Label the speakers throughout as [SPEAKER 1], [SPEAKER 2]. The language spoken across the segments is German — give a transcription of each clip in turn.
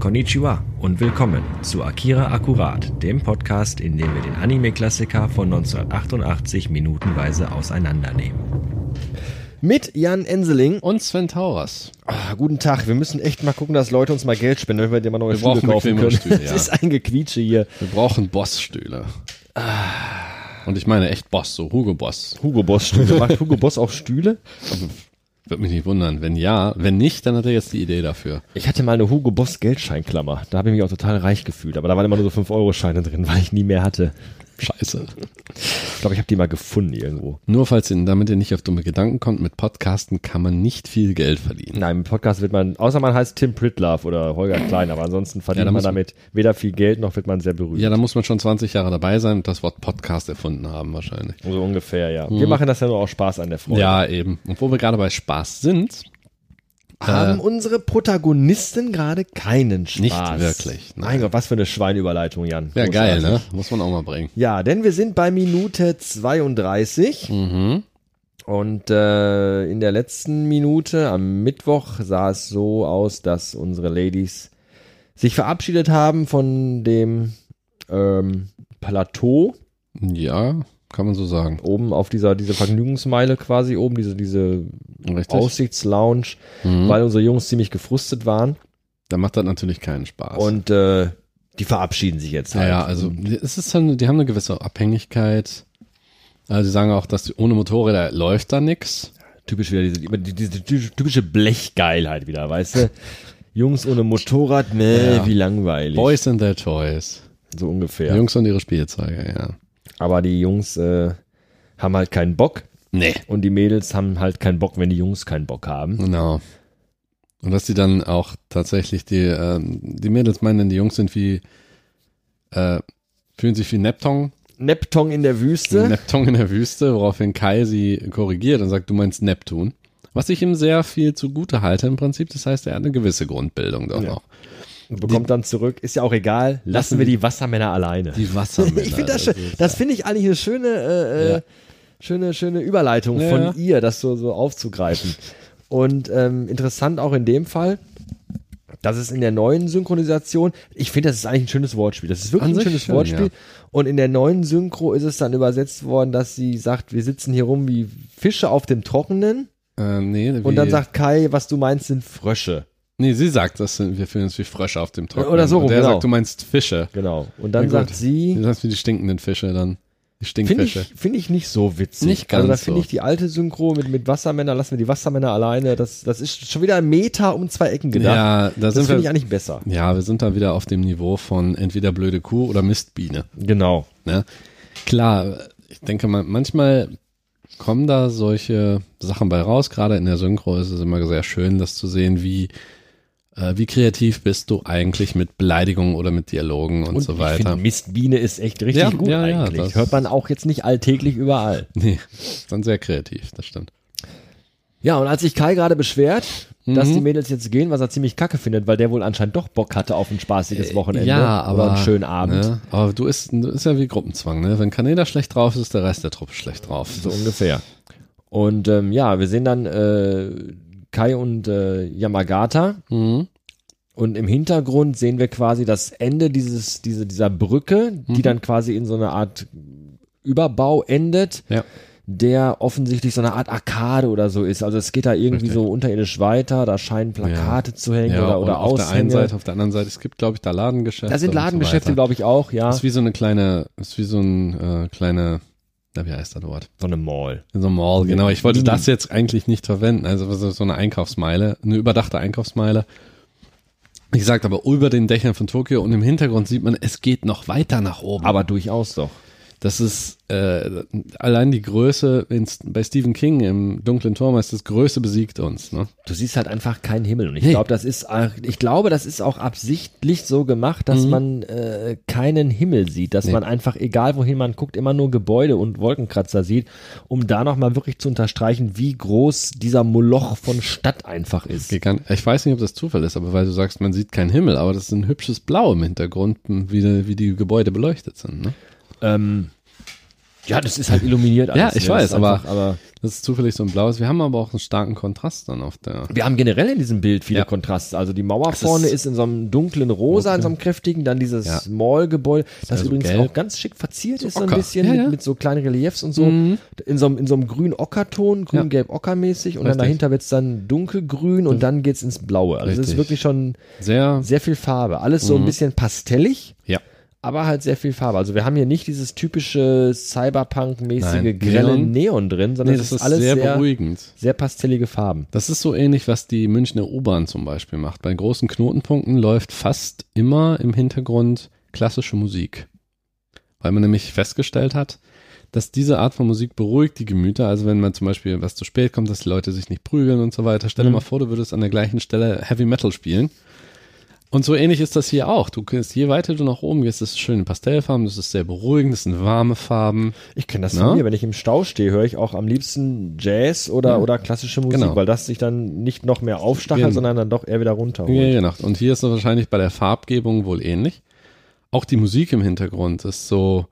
[SPEAKER 1] Konnichiwa und willkommen zu Akira Akkurat, dem Podcast, in dem wir den Anime-Klassiker von 1988 minutenweise auseinandernehmen.
[SPEAKER 2] Mit Jan Enseling.
[SPEAKER 3] Und Sven Tauras.
[SPEAKER 2] Ah, guten Tag, wir müssen echt mal gucken, dass Leute uns mal Geld spenden, damit wir dir mal neue
[SPEAKER 3] Wir
[SPEAKER 2] Stühle
[SPEAKER 3] brauchen
[SPEAKER 2] kaufen können.
[SPEAKER 3] bequemere Stühle,
[SPEAKER 2] Das
[SPEAKER 3] ja.
[SPEAKER 2] ist ein Gequietsche hier.
[SPEAKER 3] Wir brauchen Bossstühle. Und ich meine echt Boss, so Hugo Boss.
[SPEAKER 2] Hugo Boss Stühle. Macht Hugo Boss auch Stühle?
[SPEAKER 3] Würde mich nicht wundern. Wenn ja, wenn nicht, dann hat er jetzt die Idee dafür.
[SPEAKER 2] Ich hatte mal eine Hugo Boss Geldscheinklammer. Da habe ich mich auch total reich gefühlt. Aber da waren immer nur so 5-Euro-Scheine drin, weil ich nie mehr hatte.
[SPEAKER 3] Scheiße.
[SPEAKER 2] Ich glaube, ich habe die mal gefunden irgendwo.
[SPEAKER 3] Nur falls ihr, damit ihr nicht auf dumme Gedanken kommt, mit Podcasten kann man nicht viel Geld verdienen.
[SPEAKER 2] Nein, im Podcast wird man, außer man heißt Tim Pritlove oder Holger Klein, aber ansonsten verdient
[SPEAKER 3] da
[SPEAKER 2] man
[SPEAKER 3] muss-
[SPEAKER 2] damit weder viel Geld noch wird man sehr berühmt.
[SPEAKER 3] Ja, da muss man schon 20 Jahre dabei sein und das Wort Podcast erfunden haben wahrscheinlich.
[SPEAKER 2] So ungefähr, ja. Wir machen das ja nur auch Spaß an der Freude.
[SPEAKER 3] Ja, eben. Und wo wir gerade bei Spaß sind,
[SPEAKER 2] Haben unsere Protagonisten gerade keinen Spaß?
[SPEAKER 3] Äh, Nicht wirklich, nein.
[SPEAKER 2] Mein Gott, was für eine Schweinüberleitung, Jan.
[SPEAKER 3] ja geil,
[SPEAKER 2] Großartig.
[SPEAKER 3] ne? Muss man auch mal bringen.
[SPEAKER 2] Ja, denn wir sind bei Minute 32
[SPEAKER 3] Mhm.
[SPEAKER 2] und äh, in der letzten Minute am Mittwoch sah es so aus, dass unsere Ladies sich verabschiedet haben von dem ähm, Plateau
[SPEAKER 3] Ja, kann man so sagen.
[SPEAKER 2] oben auf dieser diese Vergnügungsmeile quasi oben diese diese
[SPEAKER 3] Richtig.
[SPEAKER 2] Aussichtslounge,
[SPEAKER 3] Mhm.
[SPEAKER 2] weil unsere Jungs ziemlich gefrustet waren
[SPEAKER 3] Da macht das natürlich keinen Spaß.
[SPEAKER 2] und äh, die verabschieden sich jetzt. Halt.
[SPEAKER 3] Naja, also es ist dann, die haben eine gewisse Abhängigkeit. Also sie sagen auch, dass ohne Motorräder läuft da nix.
[SPEAKER 2] Typisch wieder diese, immer die- diese typisch- typische Blechgeilheit wieder, weißt du? Jungs ohne Motorrad, ne,
[SPEAKER 3] Ja.
[SPEAKER 2] wie langweilig.
[SPEAKER 3] Boys and their toys.
[SPEAKER 2] So ungefähr.
[SPEAKER 3] Jungs und ihre Spielzeuge, ja.
[SPEAKER 2] Aber die Jungs äh, haben halt keinen Bock
[SPEAKER 3] Nee.
[SPEAKER 2] und die Mädels haben halt keinen Bock, wenn die Jungs keinen Bock haben.
[SPEAKER 3] Genau. Und dass die dann auch tatsächlich die, ähm, die Mädels meinen, denn die Jungs sind wie, äh, fühlen sich wie Neptun,
[SPEAKER 2] Neptun in der Wüste.
[SPEAKER 3] Neptun in der Wüste, woraufhin Kai sie korrigiert und sagt, du meinst Neptun. Was ich ihm sehr viel zugute halte im Prinzip, das heißt, er hat eine gewisse Grundbildung doch
[SPEAKER 2] Ja.
[SPEAKER 3] noch.
[SPEAKER 2] bekommt dann zurück, ist ja auch egal, lassen wir die Wassermänner alleine.
[SPEAKER 3] Die Wassermänner.
[SPEAKER 2] ich finde das schön,
[SPEAKER 3] ist-
[SPEAKER 2] das finde ich eigentlich eine schöne, äh, äh,
[SPEAKER 3] Ja.
[SPEAKER 2] schöne, schöne Überleitung
[SPEAKER 3] Ja,
[SPEAKER 2] von
[SPEAKER 3] ja.
[SPEAKER 2] ihr, das so, so aufzugreifen. Und ähm, interessant auch in dem Fall, dass es in der neuen Synchronisation, ich finde, das ist eigentlich ein schönes Wortspiel. Das ist wirklich
[SPEAKER 3] An
[SPEAKER 2] ein
[SPEAKER 3] sich
[SPEAKER 2] schönes
[SPEAKER 3] schon,
[SPEAKER 2] Wortspiel.
[SPEAKER 3] ja.
[SPEAKER 2] Und in der neuen Synchro ist es dann übersetzt worden, dass sie sagt, wir sitzen hier rum wie Fische auf dem Trockenen.
[SPEAKER 3] Äh, nee,
[SPEAKER 2] Und
[SPEAKER 3] wie-
[SPEAKER 2] dann sagt Kai, was du meinst, sind Frösche.
[SPEAKER 3] Nee, sie sagt, das sind, wir fühlen uns wie Frösche auf dem Trockenen.
[SPEAKER 2] Oder so
[SPEAKER 3] Und
[SPEAKER 2] rum,
[SPEAKER 3] der
[SPEAKER 2] genau.
[SPEAKER 3] sagt, du meinst Fische.
[SPEAKER 2] Genau. Und dann
[SPEAKER 3] Na gut.
[SPEAKER 2] sagt sie,
[SPEAKER 3] Du sagst wie die stinkenden Fische dann. Die
[SPEAKER 2] Finde
[SPEAKER 3] Stinkfische.
[SPEAKER 2] ich, find ich nicht so witzig.
[SPEAKER 3] Nicht
[SPEAKER 2] Also da
[SPEAKER 3] ganz
[SPEAKER 2] finde
[SPEAKER 3] so.
[SPEAKER 2] ich die alte Synchro mit, mit Wassermänner, lassen wir die Wassermänner alleine. Das, das ist schon wieder ein Meter um zwei Ecken gedacht.
[SPEAKER 3] ja, da
[SPEAKER 2] das
[SPEAKER 3] sind
[SPEAKER 2] finde ich
[SPEAKER 3] wir.
[SPEAKER 2] eigentlich besser.
[SPEAKER 3] Ja, wir sind da wieder auf dem Niveau von entweder blöde Kuh oder Mistbiene.
[SPEAKER 2] Genau.
[SPEAKER 3] Ne? Klar, ich denke mal, manchmal kommen da solche Sachen bei raus. Gerade in der Synchro ist es immer sehr schön, das zu sehen, wie, äh, wie kreativ bist du eigentlich mit Beleidigungen oder mit Dialogen und,
[SPEAKER 2] Und
[SPEAKER 3] so
[SPEAKER 2] ich
[SPEAKER 3] weiter.
[SPEAKER 2] finde, Mistbiene ist echt richtig
[SPEAKER 3] Ja,
[SPEAKER 2] gut
[SPEAKER 3] ja, ja,
[SPEAKER 2] eigentlich.
[SPEAKER 3] das-
[SPEAKER 2] Hört man auch jetzt nicht alltäglich überall.
[SPEAKER 3] Nee, ist dann sehr kreativ, das stimmt.
[SPEAKER 2] Ja, und als sich Kai gerade beschwert, dass
[SPEAKER 3] Mhm.
[SPEAKER 2] die Mädels jetzt gehen, was er ziemlich kacke findet, weil der wohl anscheinend doch Bock hatte auf ein spaßiges Wochenende
[SPEAKER 3] Äh, Ja, aber.
[SPEAKER 2] oder einen schönen Abend.
[SPEAKER 3] Ne? Aber du ist, du ist ja wie Gruppenzwang, ne? Wenn Kaneda schlecht drauf ist, ist der Rest der Truppe schlecht drauf.
[SPEAKER 2] So ungefähr. Und ähm, ja, wir sehen dann äh, Kai und äh, Yamagata.
[SPEAKER 3] Mhm.
[SPEAKER 2] Und im Hintergrund sehen wir quasi das Ende dieses, diese, dieser Brücke,
[SPEAKER 3] Mhm.
[SPEAKER 2] die dann quasi in so eine Art Überbau endet,
[SPEAKER 3] Ja.
[SPEAKER 2] der offensichtlich so eine Art Arkade oder so ist. Also es geht da irgendwie
[SPEAKER 3] Richtig.
[SPEAKER 2] so unterirdisch weiter, da scheinen Plakate zu hängen
[SPEAKER 3] ja
[SPEAKER 2] oder, oder
[SPEAKER 3] und auf der einen
[SPEAKER 2] Aushänge.
[SPEAKER 3] Seite, auf der anderen Seite. Es gibt, glaube ich, da Ladengeschäfte.
[SPEAKER 2] da sind
[SPEAKER 3] und so
[SPEAKER 2] Ladengeschäfte,
[SPEAKER 3] weiter.
[SPEAKER 2] glaube ich, auch, ja.
[SPEAKER 3] Ist wie so eine kleine, ist wie so ein äh, kleine, na, wie heißt das Wort?
[SPEAKER 2] So eine Mall.
[SPEAKER 3] So ein Mall, genau. Ich wollte
[SPEAKER 2] Mhm.
[SPEAKER 3] das jetzt eigentlich nicht verwenden. Also so so eine Einkaufsmeile, eine überdachte Einkaufsmeile. Wie gesagt, aber über den Dächern von Tokio und im Hintergrund sieht man, es geht noch weiter nach oben.
[SPEAKER 2] Aber durchaus doch.
[SPEAKER 3] Das ist äh, allein die Größe in, bei Stephen King im dunklen Turm heißt das Größe besiegt uns. Ne?
[SPEAKER 2] Du siehst halt einfach keinen Himmel. Und ich
[SPEAKER 3] Nee.
[SPEAKER 2] glaube, das ist auch- ich glaube, das ist auch absichtlich so gemacht, dass man äh, keinen Himmel sieht, dass man einfach, egal wohin man guckt, immer nur Gebäude und Wolkenkratzer sieht, um da nochmal wirklich zu unterstreichen, wie groß dieser Moloch von Stadt einfach ist.
[SPEAKER 3] Gigant ich weiß nicht, ob das Zufall ist, aber weil du sagst, man sieht keinen Himmel, aber das ist ein hübsches Blau im Hintergrund, wie, die- wie die Gebäude beleuchtet sind. Ne?
[SPEAKER 2] Ähm, Ja, das ist halt illuminiert
[SPEAKER 3] Ja, ich
[SPEAKER 2] ne? Das
[SPEAKER 3] weiß,
[SPEAKER 2] ist einfach,
[SPEAKER 3] aber-
[SPEAKER 2] aber
[SPEAKER 3] Das ist zufällig so ein blaues. Wir haben aber auch einen starken Kontrast dann auf der.
[SPEAKER 2] wir haben generell in diesem Bild viele
[SPEAKER 3] Ja.
[SPEAKER 2] Kontraste. Also die Mauer
[SPEAKER 3] ist-
[SPEAKER 2] vorne ist, in so einem dunklen Rosa, in so einem kräftigen, dann dieses
[SPEAKER 3] Ja.
[SPEAKER 2] Mall-Gebäude, das
[SPEAKER 3] ja so
[SPEAKER 2] übrigens
[SPEAKER 3] gelb.
[SPEAKER 2] auch ganz schick verziert ist, so ein
[SPEAKER 3] ocker.
[SPEAKER 2] bisschen
[SPEAKER 3] Ja, Mhm. ja.
[SPEAKER 2] Mit, mit so kleinen Reliefs und so. In so einem, in so einem grün Ockerton, grün-gelb ockermäßig und dann
[SPEAKER 3] Richtig. Mhm.
[SPEAKER 2] dahinter wird's dann dunkelgrün und dann geht's ins Blaue. Also es ist
[SPEAKER 3] Richtig.
[SPEAKER 2] wirklich schon
[SPEAKER 3] Sehr.
[SPEAKER 2] sehr viel Farbe. Alles so ein bisschen pastellig.
[SPEAKER 3] Ja.
[SPEAKER 2] aber halt sehr viel Farbe. Also wir haben hier nicht dieses typische Cyberpunk-mäßige
[SPEAKER 3] Nein.
[SPEAKER 2] grelle
[SPEAKER 3] Neon.
[SPEAKER 2] Neon, drin, sondern
[SPEAKER 3] Nee,
[SPEAKER 2] es
[SPEAKER 3] das
[SPEAKER 2] ist,
[SPEAKER 3] ist
[SPEAKER 2] alles
[SPEAKER 3] sehr
[SPEAKER 2] sehr, sehr,
[SPEAKER 3] beruhigend.
[SPEAKER 2] pastellige Farben.
[SPEAKER 3] Das ist so ähnlich, was die Münchner U-Bahn zum Beispiel macht. Bei großen Knotenpunkten läuft fast immer im Hintergrund klassische Musik. Weil man nämlich festgestellt hat, dass diese Art von Musik beruhigt die Gemüter. Also wenn man zum Beispiel was zu spät kommt, dass die Leute sich nicht prügeln und so weiter. Stell dir
[SPEAKER 2] Mhm.
[SPEAKER 3] mal vor, du würdest an der gleichen Stelle Heavy Metal spielen. Und so ähnlich ist das hier auch. Du kannst, je weiter du nach oben gehst, das ist schön in Pastellfarben, das ist sehr beruhigend, das sind warme Farben.
[SPEAKER 2] Ich kenne das
[SPEAKER 3] Na?
[SPEAKER 2] von mir, wenn ich im Stau stehe, höre ich auch am liebsten Jazz oder, oder klassische Musik,
[SPEAKER 3] Genau.
[SPEAKER 2] weil das sich dann nicht noch mehr aufstachelt,
[SPEAKER 3] Genau.
[SPEAKER 2] sondern dann doch eher wieder runterholt.
[SPEAKER 3] Ja, genau. Und hier ist es wahrscheinlich bei der Farbgebung wohl ähnlich. Auch die Musik im Hintergrund ist so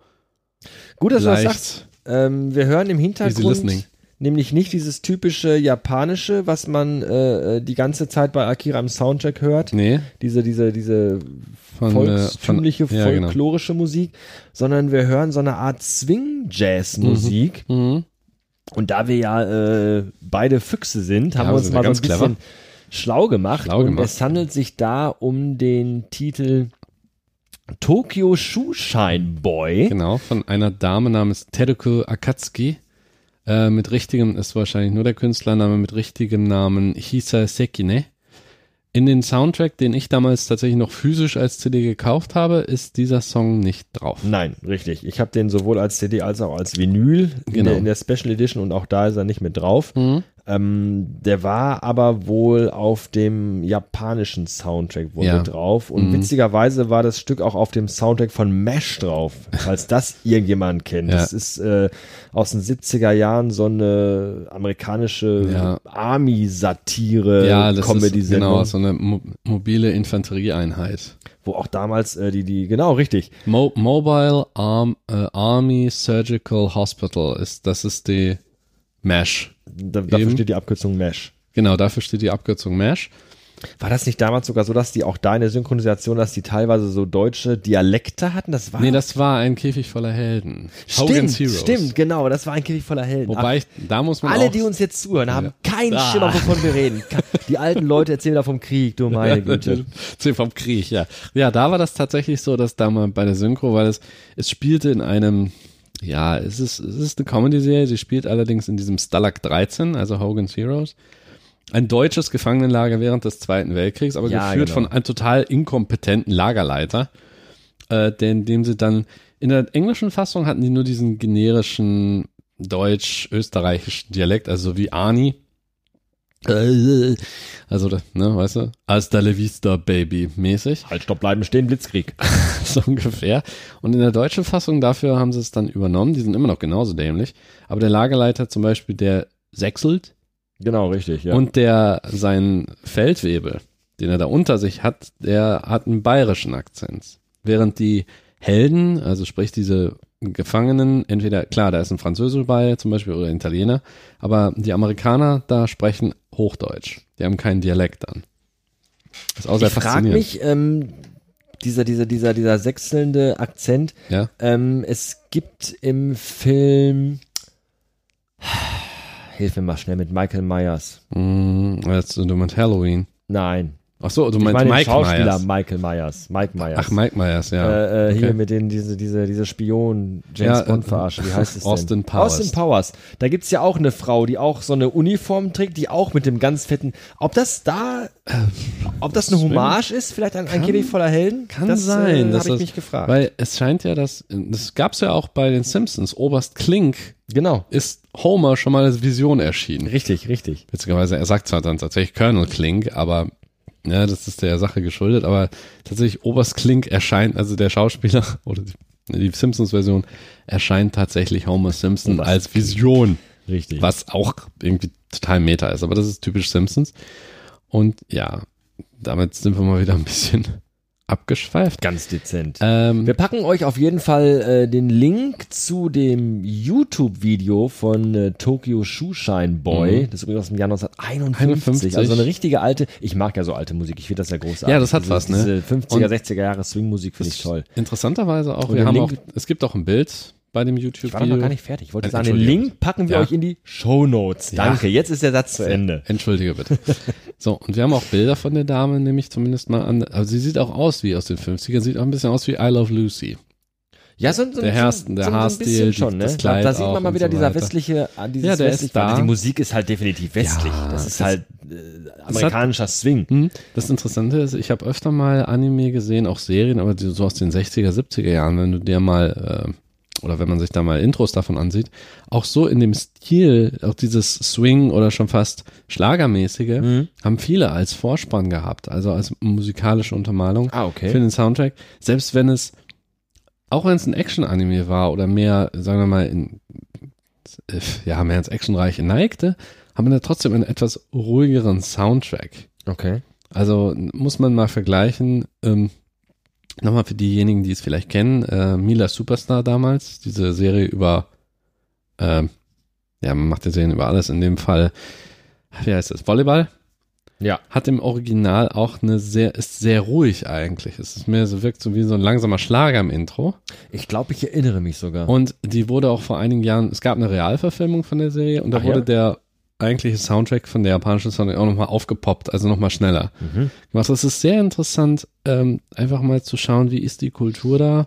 [SPEAKER 2] Gut, dass du das sagst.
[SPEAKER 3] leicht.
[SPEAKER 2] Ähm, wir hören im
[SPEAKER 3] Easy listening.
[SPEAKER 2] Hintergrund nämlich nicht dieses typische japanische, was man äh, äh, die ganze Zeit bei Akira im Soundtrack hört.
[SPEAKER 3] Nee,
[SPEAKER 2] Diese, diese, diese
[SPEAKER 3] von,
[SPEAKER 2] volkstümliche,
[SPEAKER 3] äh, von, ja, genau.
[SPEAKER 2] folklorische Musik, sondern wir hören so eine Art Swing-Jazz-Musik.
[SPEAKER 3] Mhm.
[SPEAKER 2] Und da wir ja äh, beide Füchse sind, haben
[SPEAKER 3] Ja,
[SPEAKER 2] wir uns mal
[SPEAKER 3] sind wir
[SPEAKER 2] so ein
[SPEAKER 3] ganz
[SPEAKER 2] bisschen
[SPEAKER 3] clever.
[SPEAKER 2] schlau gemacht.
[SPEAKER 3] Schlau
[SPEAKER 2] und
[SPEAKER 3] gemacht.
[SPEAKER 2] es handelt sich da um den Titel Tokyo Shushine Boy.
[SPEAKER 3] Genau, von einer Dame namens Teruko Akatsuki. Äh, mit richtigem, ist wahrscheinlich nur der Künstlername, mit richtigem Namen Hisa Sekine. In den Soundtrack, den ich damals tatsächlich noch physisch als CD gekauft habe, ist dieser Song nicht drauf.
[SPEAKER 2] Nein, richtig. Ich habe den sowohl als CD als auch als Vinyl in,
[SPEAKER 3] Genau. Mhm.
[SPEAKER 2] der, in der Special Edition und auch da ist er nicht mit drauf. Ähm, der war aber wohl auf dem japanischen Soundtrack wohl
[SPEAKER 3] Ja. Mhm.
[SPEAKER 2] mit drauf und witzigerweise war das Stück auch auf dem Soundtrack von Mesh drauf, falls das irgendjemand kennt.
[SPEAKER 3] Ja.
[SPEAKER 2] Das ist äh, aus den 70er Jahren so eine amerikanische
[SPEAKER 3] Ja.
[SPEAKER 2] Army-Satire,
[SPEAKER 3] ja, das ist
[SPEAKER 2] Comedy-Sendung,
[SPEAKER 3] genau so eine mo mobile Infanterieeinheit.
[SPEAKER 2] wo auch damals äh, die, die, genau, richtig.
[SPEAKER 3] Mo Mobile Arm, äh, Army Surgical Hospital ist, das ist die MASH.
[SPEAKER 2] Da, dafür
[SPEAKER 3] Eben.
[SPEAKER 2] steht die Abkürzung Mesh.
[SPEAKER 3] Genau, dafür steht die Abkürzung MASH.
[SPEAKER 2] War das nicht damals sogar so, dass die auch da in der Synchronisation, dass die teilweise so deutsche Dialekte hatten? Das war
[SPEAKER 3] Nee, das war ein Käfig voller Helden.
[SPEAKER 2] stimmt,
[SPEAKER 3] Hogan's Heroes.
[SPEAKER 2] stimmt, genau. Das war ein Käfig voller Helden. Ach,
[SPEAKER 3] Wobei, ich, da muss man
[SPEAKER 2] alle,
[SPEAKER 3] auch,
[SPEAKER 2] die uns jetzt zuhören, haben keinen
[SPEAKER 3] Ah.
[SPEAKER 2] Schimmer, wovon wir reden. Ke- Die alten Leute erzählen da vom Krieg, du meine Güte.
[SPEAKER 3] Natürlich. Vom Krieg, ja. Ja, da war das tatsächlich so, dass da mal bei der Synchro, weil es, es spielte in einem, ja, es ist, es ist eine Comedy-Serie, sie spielt allerdings in diesem Stalag 13, also Hogan's Heroes. Ein deutsches Gefangenenlager während des Zweiten Weltkriegs, aber
[SPEAKER 2] Ja,
[SPEAKER 3] geführt
[SPEAKER 2] genau.
[SPEAKER 3] von einem total inkompetenten Lagerleiter, äh, den, dem sie dann, in der englischen Fassung hatten die nur diesen generischen deutsch-österreichischen Dialekt, also so wie Ani. Äh, Also, da- ne, weißt du? Hasta la vista, baby, mäßig.
[SPEAKER 2] Halt, stopp, bleiben stehen, Blitzkrieg.
[SPEAKER 3] so ungefähr. Und in der deutschen Fassung dafür haben sie es dann übernommen. Die sind immer noch genauso dämlich. Aber der Lagerleiter zum Beispiel, der sechselt
[SPEAKER 2] Genau, richtig, ja.
[SPEAKER 3] und der seinen Feldwebel, den er da unter sich hat, der hat einen bayerischen Akzent. Während die Helden, also sprich diese Gefangenen, entweder, klar, da ist ein Französe bei zum Beispiel oder ein Italiener, aber die Amerikaner da sprechen Hochdeutsch. Die haben keinen Dialekt an. Das ist auch sehr
[SPEAKER 2] ich frage
[SPEAKER 3] faszinierend.
[SPEAKER 2] mich, ähm, dieser, dieser, dieser, dieser sechselnde Akzent,
[SPEAKER 3] Ja?
[SPEAKER 2] Ähm, es gibt im Film. Hilf mir mal schnell mit Michael Myers.
[SPEAKER 3] Mm, also, du meinst Halloween.
[SPEAKER 2] Nein.
[SPEAKER 3] Ach so, du
[SPEAKER 2] Ich
[SPEAKER 3] meinst
[SPEAKER 2] meine den
[SPEAKER 3] Mike
[SPEAKER 2] Schauspieler
[SPEAKER 3] Myers.
[SPEAKER 2] Michael Myers. Mike Myers.
[SPEAKER 3] Ach, Mike Myers, ja.
[SPEAKER 2] Äh, äh,
[SPEAKER 3] okay.
[SPEAKER 2] Hier mit den, diese, diese, diese Spion James
[SPEAKER 3] Ja, äh,
[SPEAKER 2] Bond verarsche. Wie heißt es denn?
[SPEAKER 3] Austin Powers.
[SPEAKER 2] Austin Powers. Da gibt's ja auch eine Frau, die auch so eine Uniform trägt, die auch mit dem ganz fetten. Ob das da.
[SPEAKER 3] Ähm,
[SPEAKER 2] Ob das eine Hommage ist, vielleicht an ein Käfig voller Helden?
[SPEAKER 3] Kann
[SPEAKER 2] das,
[SPEAKER 3] sein.
[SPEAKER 2] Äh,
[SPEAKER 3] dass
[SPEAKER 2] Habe ich
[SPEAKER 3] das-
[SPEAKER 2] mich gefragt.
[SPEAKER 3] Weil es scheint ja, dass, das gab es ja auch bei den Simpsons. Oberst Klink
[SPEAKER 2] genau.
[SPEAKER 3] ist Homer schon mal als Vision erschienen.
[SPEAKER 2] Richtig, richtig.
[SPEAKER 3] Witzigerweise, er sagt zwar dann tatsächlich Colonel Klink, aber ja, das ist der Sache geschuldet, aber tatsächlich Oberst Klink erscheint, also der Schauspieler oder die, ne, die Simpsons-Version erscheint tatsächlich Homer Simpson
[SPEAKER 2] Oberst
[SPEAKER 3] als Vision.
[SPEAKER 2] Richtig.
[SPEAKER 3] Was auch irgendwie total Meta ist, aber das ist typisch Simpsons. Und ja, damit sind wir mal wieder ein bisschen abgeschweift.
[SPEAKER 2] Ganz dezent.
[SPEAKER 3] Ähm,
[SPEAKER 2] Wir packen euch auf jeden Fall äh, den Link zu dem YouTube-Video von äh, Tokyo Shoeshine Boy. Das ist übrigens aus dem Jahr 1951.
[SPEAKER 3] 51.
[SPEAKER 2] Also eine richtige alte. Ich mag ja so alte Musik. Ich finde das ja großartig.
[SPEAKER 3] Ja, das hat
[SPEAKER 2] diese,
[SPEAKER 3] was, ne?
[SPEAKER 2] Diese 50er,
[SPEAKER 3] Und-
[SPEAKER 2] 60er Jahre Swing-Musik finde ich toll.
[SPEAKER 3] interessanterweise auch,
[SPEAKER 2] Und
[SPEAKER 3] wir
[SPEAKER 2] den
[SPEAKER 3] haben auch,
[SPEAKER 2] Link-
[SPEAKER 3] es gibt auch ein Bild bei dem
[SPEAKER 2] Ich war doch noch gar
[SPEAKER 3] YouTube-Video.
[SPEAKER 2] nicht fertig. Ich wollte
[SPEAKER 3] Äh,
[SPEAKER 2] sagen, den
[SPEAKER 3] Entschuldigung.
[SPEAKER 2] Link packen wir
[SPEAKER 3] Ja.
[SPEAKER 2] euch in die Show Notes.
[SPEAKER 3] Ja.
[SPEAKER 2] Danke. Jetzt ist der Satz zu Ende.
[SPEAKER 3] Entschuldige bitte. So, und wir haben auch Bilder von der Dame, nehme ich zumindest mal an. Also sie sieht auch aus wie aus den 50ern, sieht auch ein bisschen aus wie I Love Lucy.
[SPEAKER 2] Ja, so, so,
[SPEAKER 3] Der
[SPEAKER 2] so-
[SPEAKER 3] Haarstil,
[SPEAKER 2] so,
[SPEAKER 3] der
[SPEAKER 2] so ein
[SPEAKER 3] Haarstil,
[SPEAKER 2] bisschen
[SPEAKER 3] die-
[SPEAKER 2] schon, ne?
[SPEAKER 3] das Kleid
[SPEAKER 2] da sieht
[SPEAKER 3] auch
[SPEAKER 2] man mal
[SPEAKER 3] und
[SPEAKER 2] wieder
[SPEAKER 3] so
[SPEAKER 2] dieser
[SPEAKER 3] weiter.
[SPEAKER 2] westliche, ah, dieses
[SPEAKER 3] Ja, der ist
[SPEAKER 2] westliche
[SPEAKER 3] da.
[SPEAKER 2] Die Musik ist halt definitiv westlich.
[SPEAKER 3] Ja,
[SPEAKER 2] das ist
[SPEAKER 3] das-
[SPEAKER 2] halt äh, amerikanischer Swing.
[SPEAKER 3] Hm, Das Interessante ist, ich habe öfter mal Anime gesehen, auch Serien, aber die, so aus den 60er, 70er Jahren, wenn du dir mal, äh, oder wenn man sich da mal Intros davon ansieht, auch so in dem Stil, auch dieses Swing oder schon fast Schlagermäßige,
[SPEAKER 2] Mhm.
[SPEAKER 3] haben viele als Vorspann gehabt, also als musikalische Untermalung
[SPEAKER 2] Ah, okay.
[SPEAKER 3] für den Soundtrack. Selbst wenn es, auch wenn es ein Action-Anime war oder mehr, sagen wir mal, in, äh, ja, mehr ins Actionreiche neigte, haben wir da trotzdem einen etwas ruhigeren Soundtrack.
[SPEAKER 2] Okay.
[SPEAKER 3] Also muss man mal vergleichen. Ähm, Nochmal für diejenigen, die es vielleicht kennen, äh, Mila Superstar damals, diese Serie über, ähm, ja, man macht ja Serien über alles, in dem Fall, wie heißt das, Volleyball?
[SPEAKER 2] Ja.
[SPEAKER 3] Hat im Original auch eine sehr, ist sehr ruhig eigentlich. Es ist mehr so, wirkt so wie so ein langsamer Schlager im Intro.
[SPEAKER 2] Ich glaube, ich erinnere mich sogar.
[SPEAKER 3] Und die wurde auch vor einigen Jahren, es gab eine Realverfilmung von der Serie und da
[SPEAKER 2] Ach ja?
[SPEAKER 3] wurde der eigentliche Soundtrack von der japanischen Soundtrack auch nochmal aufgepoppt, also nochmal schneller
[SPEAKER 2] Mhm.
[SPEAKER 3] gemacht. Das ist sehr interessant, ähm, einfach mal zu schauen, wie ist die Kultur da,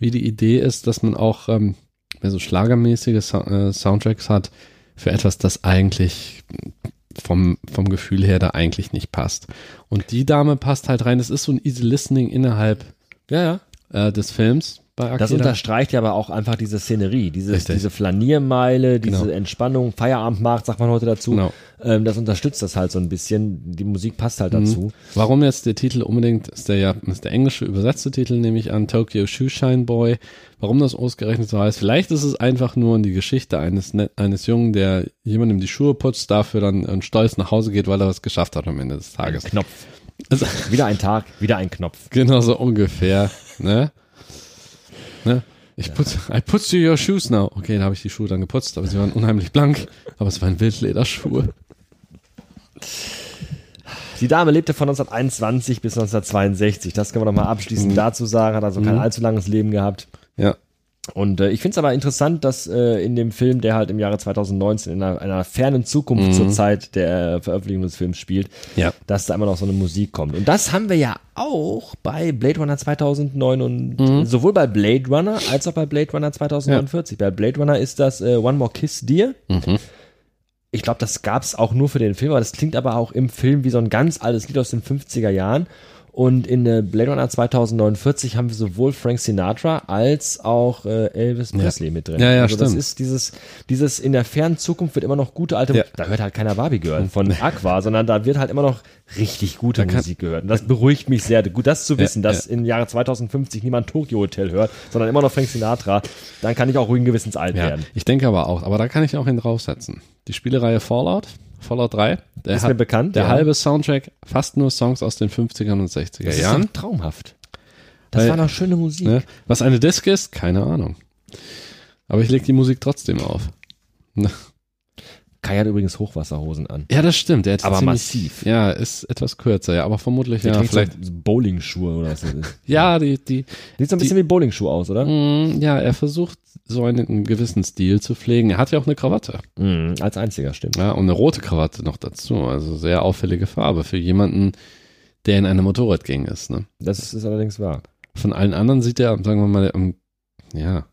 [SPEAKER 3] wie die Idee ist, dass man auch ähm, mehr so schlagermäßige Sou- äh, Soundtracks hat für etwas, das eigentlich vom, vom Gefühl her da eigentlich nicht passt. Und die Dame passt halt rein. Das ist so ein Easy Listening innerhalb
[SPEAKER 2] Ja, ja.
[SPEAKER 3] äh, des Films bei
[SPEAKER 2] Das
[SPEAKER 3] Akira.
[SPEAKER 2] unterstreicht ja aber auch einfach diese Szenerie, dieses,
[SPEAKER 3] Richtig.
[SPEAKER 2] diese Flaniermeile, diese
[SPEAKER 3] Genau.
[SPEAKER 2] Entspannung, Feierabendmarkt, sagt man heute dazu.
[SPEAKER 3] Genau.
[SPEAKER 2] Ähm, das unterstützt das halt so ein bisschen. Die Musik passt
[SPEAKER 3] Mhm.
[SPEAKER 2] halt dazu.
[SPEAKER 3] Warum jetzt der Titel unbedingt, ist der ja, ist der englische übersetzte Titel, nehme ich an, Tokyo Shoeshine Boy. Warum das ausgerechnet so heißt? Vielleicht ist es einfach nur die Geschichte eines, net- eines Jungen, der jemandem die Schuhe putzt, dafür dann äh, stolz nach Hause geht, weil er was geschafft hat am Ende des Tages.
[SPEAKER 2] Knopf.
[SPEAKER 3] Also,
[SPEAKER 2] Wieder ein Tag, wieder ein Knopf.
[SPEAKER 3] genau so ungefähr, ne? ne? Ich putz, I putz you your shoes now. Okay, da habe ich die Schuhe dann geputzt, aber sie waren unheimlich blank. Aber es waren Wildlederschuhe.
[SPEAKER 2] Die Dame lebte von 1921 bis 1962. Das können wir nochmal abschließend
[SPEAKER 3] Mhm.
[SPEAKER 2] dazu sagen. Hat also kein allzu langes Leben gehabt.
[SPEAKER 3] Ja.
[SPEAKER 2] Und äh, ich finde es aber interessant, dass äh, in dem Film, der halt im Jahre 2019 in einer, einer fernen
[SPEAKER 3] Mhm.
[SPEAKER 2] Zukunft zur Zeit der äh, Veröffentlichung des Films spielt,
[SPEAKER 3] Ja.
[SPEAKER 2] dass da immer noch so eine Musik kommt. Und das haben wir ja auch bei Blade Runner 2009 und
[SPEAKER 3] Mhm.
[SPEAKER 2] sowohl bei Blade Runner als auch bei Blade Runner 2049. Bei Blade Runner ist das äh, One More Kiss Dear.
[SPEAKER 3] Mhm.
[SPEAKER 2] Ich glaube, das gab es auch nur für den Film, aber das klingt aber auch im Film wie so ein ganz altes Lied aus den 50er Jahren. Und in äh, Blade Runner 2049 haben wir sowohl Frank Sinatra als auch äh, Elvis Presley mit drin.
[SPEAKER 3] Ja, ja,
[SPEAKER 2] also das
[SPEAKER 3] stimmt.
[SPEAKER 2] ist dieses, dieses in der fernen Zukunft wird immer noch gute alte,
[SPEAKER 3] Ja.
[SPEAKER 2] da hört halt keiner Barbie Girl von Aqua, sondern da wird halt immer noch richtig gute
[SPEAKER 3] kann-
[SPEAKER 2] Musik gehört. Und das beruhigt mich sehr, gut das zu wissen,
[SPEAKER 3] ja.
[SPEAKER 2] dass im Jahre 2050 niemand Tokyo Hotel hört, sondern immer noch Frank Sinatra. Dann kann ich auch ruhigen Gewissens alt
[SPEAKER 3] Ja,
[SPEAKER 2] werden.
[SPEAKER 3] ich denke aber auch, aber da kann ich auch hin draufsetzen. Die Spielereihe Fallout, Fallout 3, der,
[SPEAKER 2] Ist
[SPEAKER 3] hat-
[SPEAKER 2] mir bekannt,
[SPEAKER 3] der
[SPEAKER 2] ja.
[SPEAKER 3] halbe Soundtrack, fast nur Songs aus den 50ern und 60er
[SPEAKER 2] Das
[SPEAKER 3] Jahren.
[SPEAKER 2] ist doch traumhaft. Das
[SPEAKER 3] Weil-
[SPEAKER 2] war noch schöne Musik.
[SPEAKER 3] Ne? Was eine Disc ist, keine Ahnung. Aber ich lege die Musik trotzdem auf.
[SPEAKER 2] Kai hat übrigens Hochwasserhosen an.
[SPEAKER 3] Ja, das stimmt. Der hat
[SPEAKER 2] Aber
[SPEAKER 3] ziemlich-
[SPEAKER 2] massiv.
[SPEAKER 3] Ja, ist etwas kürzer, ja, aber vermutlich,
[SPEAKER 2] Der
[SPEAKER 3] ja,
[SPEAKER 2] trägt so
[SPEAKER 3] vielleicht.
[SPEAKER 2] Bowlingschuhe oder was das ist.
[SPEAKER 3] Ja, die, die,
[SPEAKER 2] Sieht so ein bisschen wie Bowlingschuhe aus, oder?
[SPEAKER 3] mm, ja, er versucht so einen, einen gewissen Stil zu pflegen. Er hat ja auch eine Krawatte.
[SPEAKER 2] Mhm, als einziger, stimmt.
[SPEAKER 3] Ja, und eine rote Krawatte noch dazu. Also sehr auffällige Farbe für jemanden, der in eine Motorradgang ist, ne?
[SPEAKER 2] Das ist allerdings wahr.
[SPEAKER 3] Von allen anderen sieht er, sagen wir mal, am, ja,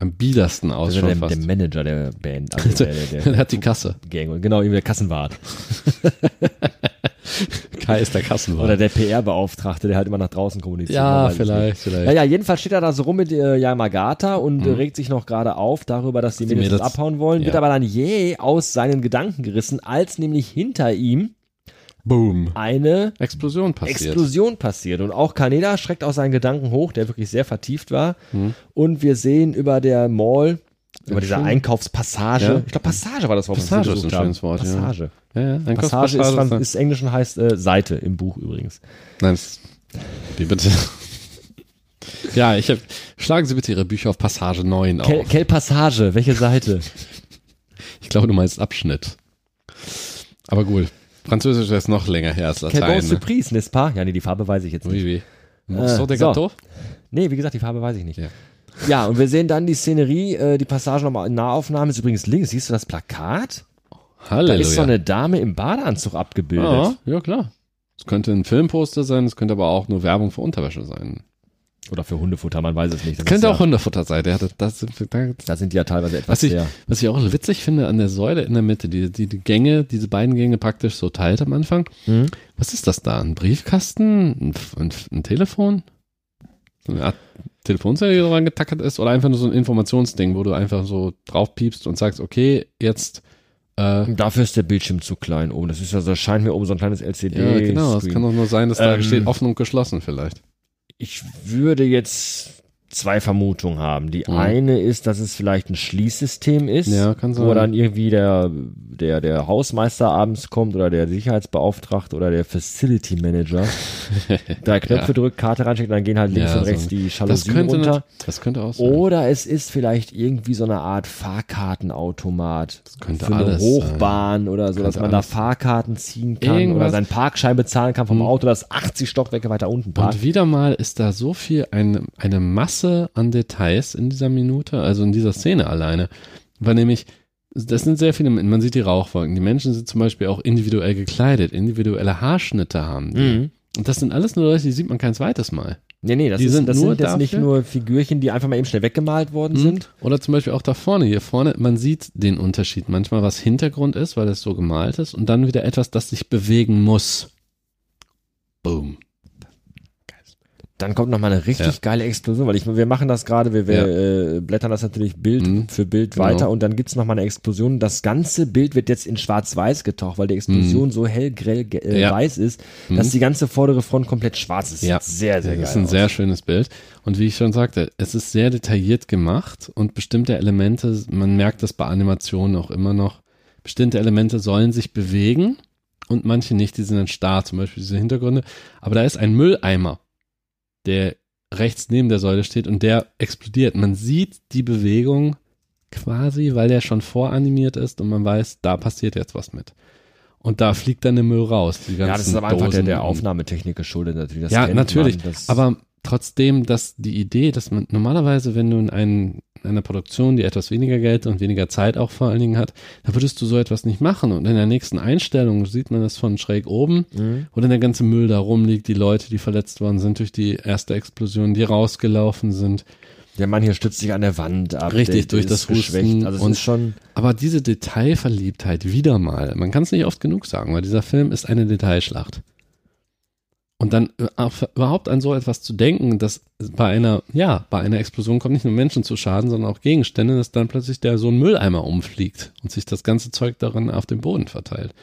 [SPEAKER 3] am biedersten aus
[SPEAKER 2] Das ist
[SPEAKER 3] schon
[SPEAKER 2] der,
[SPEAKER 3] fast.
[SPEAKER 2] der Manager der Band, also der, der, der
[SPEAKER 3] er hat die Kasse.
[SPEAKER 2] Gang und genau, irgendwie der Kassenwart.
[SPEAKER 3] Kai ist der Kassenwart.
[SPEAKER 2] Oder der PR-Beauftragte, der halt immer nach draußen kommuniziert. Man
[SPEAKER 3] ja,
[SPEAKER 2] weiß es nicht.
[SPEAKER 3] vielleicht, vielleicht.
[SPEAKER 2] Ja, ja, jedenfalls steht er da so rum mit äh, Yamagata und äh, regt sich noch gerade auf darüber, dass die
[SPEAKER 3] Mhm. Die
[SPEAKER 2] Mädels, das
[SPEAKER 3] Mädels-
[SPEAKER 2] abhauen wollen, wird
[SPEAKER 3] ja.
[SPEAKER 2] aber dann jäh aus seinen Gedanken gerissen, als nämlich hinter ihm
[SPEAKER 3] Boom.
[SPEAKER 2] eine
[SPEAKER 3] Explosion passiert.
[SPEAKER 2] Explosion passiert. Und auch Kaneda schreckt aus seinen Gedanken hoch, der wirklich sehr vertieft war. Und wir sehen über der Mall, über dieser
[SPEAKER 3] Mhm. schön.
[SPEAKER 2] Einkaufspassage,
[SPEAKER 3] Ja.
[SPEAKER 2] ich glaube Passage war das Wort, was wir
[SPEAKER 3] Passage ist ein
[SPEAKER 2] gesucht haben.
[SPEAKER 3] schönes Wort, ja.
[SPEAKER 2] Passage.
[SPEAKER 3] Ja, ja,
[SPEAKER 2] Passage
[SPEAKER 3] Einkaufspassage ne?
[SPEAKER 2] ist, Franz-
[SPEAKER 3] dann-
[SPEAKER 2] ist Englisch und heißt äh, Seite im Buch übrigens.
[SPEAKER 3] Nein, das Wie bitte? ja, ich hab, schlagen Sie bitte Ihre Bücher auf Passage 9 auf.
[SPEAKER 2] Kel, Kel Passage, welche Seite?
[SPEAKER 3] Ich glaube, du meinst Abschnitt. Aber gut. Französisch ist noch länger her als
[SPEAKER 2] Quelle
[SPEAKER 3] Latein.
[SPEAKER 2] bonne
[SPEAKER 3] Ne?
[SPEAKER 2] surprise, n'est-ce pas? Ja, nee, die Farbe weiß ich jetzt nicht.
[SPEAKER 3] Oui, oui. Morceau de
[SPEAKER 2] Äh, so.
[SPEAKER 3] Gâteau?
[SPEAKER 2] Nee, wie gesagt, die Farbe weiß ich nicht.
[SPEAKER 3] Ja.
[SPEAKER 2] Ja, und wir sehen dann die Szenerie, äh, die Passage nochmal in Nahaufnahme. Ist übrigens links, siehst du das Plakat? Da
[SPEAKER 3] Halleluja.
[SPEAKER 2] ist so eine Dame im Badeanzug abgebildet.
[SPEAKER 3] ja, ja, klar. Es könnte ein Filmposter sein, es könnte aber auch nur Werbung für Unterwäsche sein.
[SPEAKER 2] Oder für Hundefutter, man weiß es nicht. Das
[SPEAKER 3] könnte
[SPEAKER 2] ist
[SPEAKER 3] auch
[SPEAKER 2] ja,
[SPEAKER 3] Hundefutter sein. Der hatte, das, da,
[SPEAKER 2] Da sind die ja teilweise etwas
[SPEAKER 3] Was ich,
[SPEAKER 2] sehr...
[SPEAKER 3] was ich auch witzig finde an der Säule in der Mitte, die, die, die Gänge, diese beiden Gänge praktisch so teilt am Anfang.
[SPEAKER 2] Mhm.
[SPEAKER 3] Was ist das da? Ein Briefkasten? Ein, F- ein, F- ein Telefon? So Eine Art Telefonzelle, die so rangetackert ist? Oder einfach nur so ein Informationsding, wo du einfach so draufpiepst und sagst, okay, jetzt. Äh,
[SPEAKER 2] Dafür ist der Bildschirm zu klein oben. Das ist ja, so- das scheint mir oben so ein kleines LCD.
[SPEAKER 3] ja, genau. Es
[SPEAKER 2] Screen.
[SPEAKER 3] kann doch nur sein, dass da
[SPEAKER 2] Ähm.
[SPEAKER 3] steht offen und geschlossen vielleicht.
[SPEAKER 2] Ich würde jetzt zwei Vermutungen haben. Die
[SPEAKER 3] Mhm.
[SPEAKER 2] eine ist, dass es vielleicht ein Schließsystem ist,
[SPEAKER 3] Ja, kann
[SPEAKER 2] wo
[SPEAKER 3] sein.
[SPEAKER 2] dann irgendwie der, der, der Hausmeister abends kommt oder der Sicherheitsbeauftragte oder der Facility Manager. drei Knöpfe drückt, Karte reinsteckt, dann gehen halt links
[SPEAKER 3] Ja,
[SPEAKER 2] und rechts
[SPEAKER 3] so.
[SPEAKER 2] die
[SPEAKER 3] Das
[SPEAKER 2] Jalousien
[SPEAKER 3] könnte, nat-
[SPEAKER 2] runter. Oh,
[SPEAKER 3] das könnte auch sein.
[SPEAKER 2] Oder es ist vielleicht irgendwie so eine Art Fahrkartenautomat. Das
[SPEAKER 3] könnte
[SPEAKER 2] Für eine
[SPEAKER 3] alles
[SPEAKER 2] Hochbahn oder so, dass
[SPEAKER 3] Könnte
[SPEAKER 2] man da
[SPEAKER 3] alles sein.
[SPEAKER 2] Fahrkarten ziehen kann oder
[SPEAKER 3] Irgendwas- Hm.
[SPEAKER 2] seinen Parkschein bezahlen kann vom Auto, das 80 Stockwerke weiter unten parkt.
[SPEAKER 3] Und wieder mal ist da so viel, eine, eine Masse an Details in dieser Minute, also in dieser Szene alleine. Weil nämlich, das sind sehr viele, man sieht die Rauchwolken. Die Menschen sind zum Beispiel auch individuell gekleidet, individuelle Haarschnitte haben. die.
[SPEAKER 2] Mhm.
[SPEAKER 3] Und das sind alles nur Leute, die sieht man kein zweites Mal.
[SPEAKER 2] Nee, nee, das,
[SPEAKER 3] Die
[SPEAKER 2] ist,
[SPEAKER 3] sind
[SPEAKER 2] das
[SPEAKER 3] nur
[SPEAKER 2] sind jetzt nicht
[SPEAKER 3] dafür? Mhm.
[SPEAKER 2] nur Figürchen, die einfach mal eben schnell weggemalt worden sind.
[SPEAKER 3] Oder zum Beispiel auch da vorne, hier vorne, man sieht den Unterschied manchmal, was Hintergrund ist, weil es so gemalt ist, und dann wieder etwas, das sich bewegen muss. Boom.
[SPEAKER 2] Dann kommt nochmal eine richtig
[SPEAKER 3] Ja.
[SPEAKER 2] geile Explosion, weil ich, wir machen das gerade, wir, wir äh, blättern das natürlich Bild
[SPEAKER 3] Mhm.
[SPEAKER 2] für Bild
[SPEAKER 3] Genau.
[SPEAKER 2] weiter und dann gibt's noch nochmal eine Explosion. Das ganze Bild wird jetzt in schwarz-weiß getaucht, weil die Explosion so hellgrell ge- äh,
[SPEAKER 3] Mhm. Ja. Mhm.
[SPEAKER 2] weiß ist, dass die ganze vordere Front komplett schwarz ist.
[SPEAKER 3] Ja.
[SPEAKER 2] Sieht Sehr, sehr geil.
[SPEAKER 3] Das ist ein
[SPEAKER 2] aus.
[SPEAKER 3] sehr schönes Bild. Und wie ich schon sagte, es ist sehr detailliert gemacht und bestimmte Elemente, man merkt das bei Animationen auch immer noch, bestimmte Elemente sollen sich bewegen und manche nicht, die sind dann starr, zum Beispiel diese Hintergründe. Aber da ist ein Mülleimer, der rechts neben der Säule steht und der explodiert. Man sieht die Bewegung quasi, weil der schon voranimiert ist und man weiß, da passiert jetzt was mit. Und da fliegt dann der Müll raus. Die ganzen
[SPEAKER 2] ja, das ist aber einfach der,
[SPEAKER 3] Dosen
[SPEAKER 2] der
[SPEAKER 3] und-
[SPEAKER 2] Aufnahmetechnik geschuldet natürlich. Das
[SPEAKER 3] ja,
[SPEAKER 2] kennt
[SPEAKER 3] natürlich.
[SPEAKER 2] Man, das
[SPEAKER 3] aber trotzdem, dass die Idee, dass man normalerweise, wenn du in, einen, in einer Produktion, die etwas weniger Geld und weniger Zeit auch vor allen Dingen hat, da würdest du so etwas nicht machen. Und in der nächsten Einstellung sieht man das von schräg oben,
[SPEAKER 2] Mhm.
[SPEAKER 3] wo dann der ganze Müll da rumliegt, die Leute, die verletzt worden sind durch die erste Explosion, die rausgelaufen sind.
[SPEAKER 2] der Mann hier stützt sich an der Wand ab.
[SPEAKER 3] Richtig,
[SPEAKER 2] der,
[SPEAKER 3] durch
[SPEAKER 2] ist
[SPEAKER 3] das Husten
[SPEAKER 2] geschwächt. Also es
[SPEAKER 3] und-
[SPEAKER 2] ist schon
[SPEAKER 3] Aber diese Detailverliebtheit wieder mal, man kann es nicht oft genug sagen, weil dieser Film ist eine Detailschlacht. Und dann äh, auf, überhaupt an so etwas zu denken, dass bei einer, ja, bei einer Explosion kommen nicht nur Menschen zu Schaden, sondern auch Gegenstände, dass dann plötzlich der so ein Mülleimer umfliegt und sich das ganze Zeug darin auf dem Boden verteilt.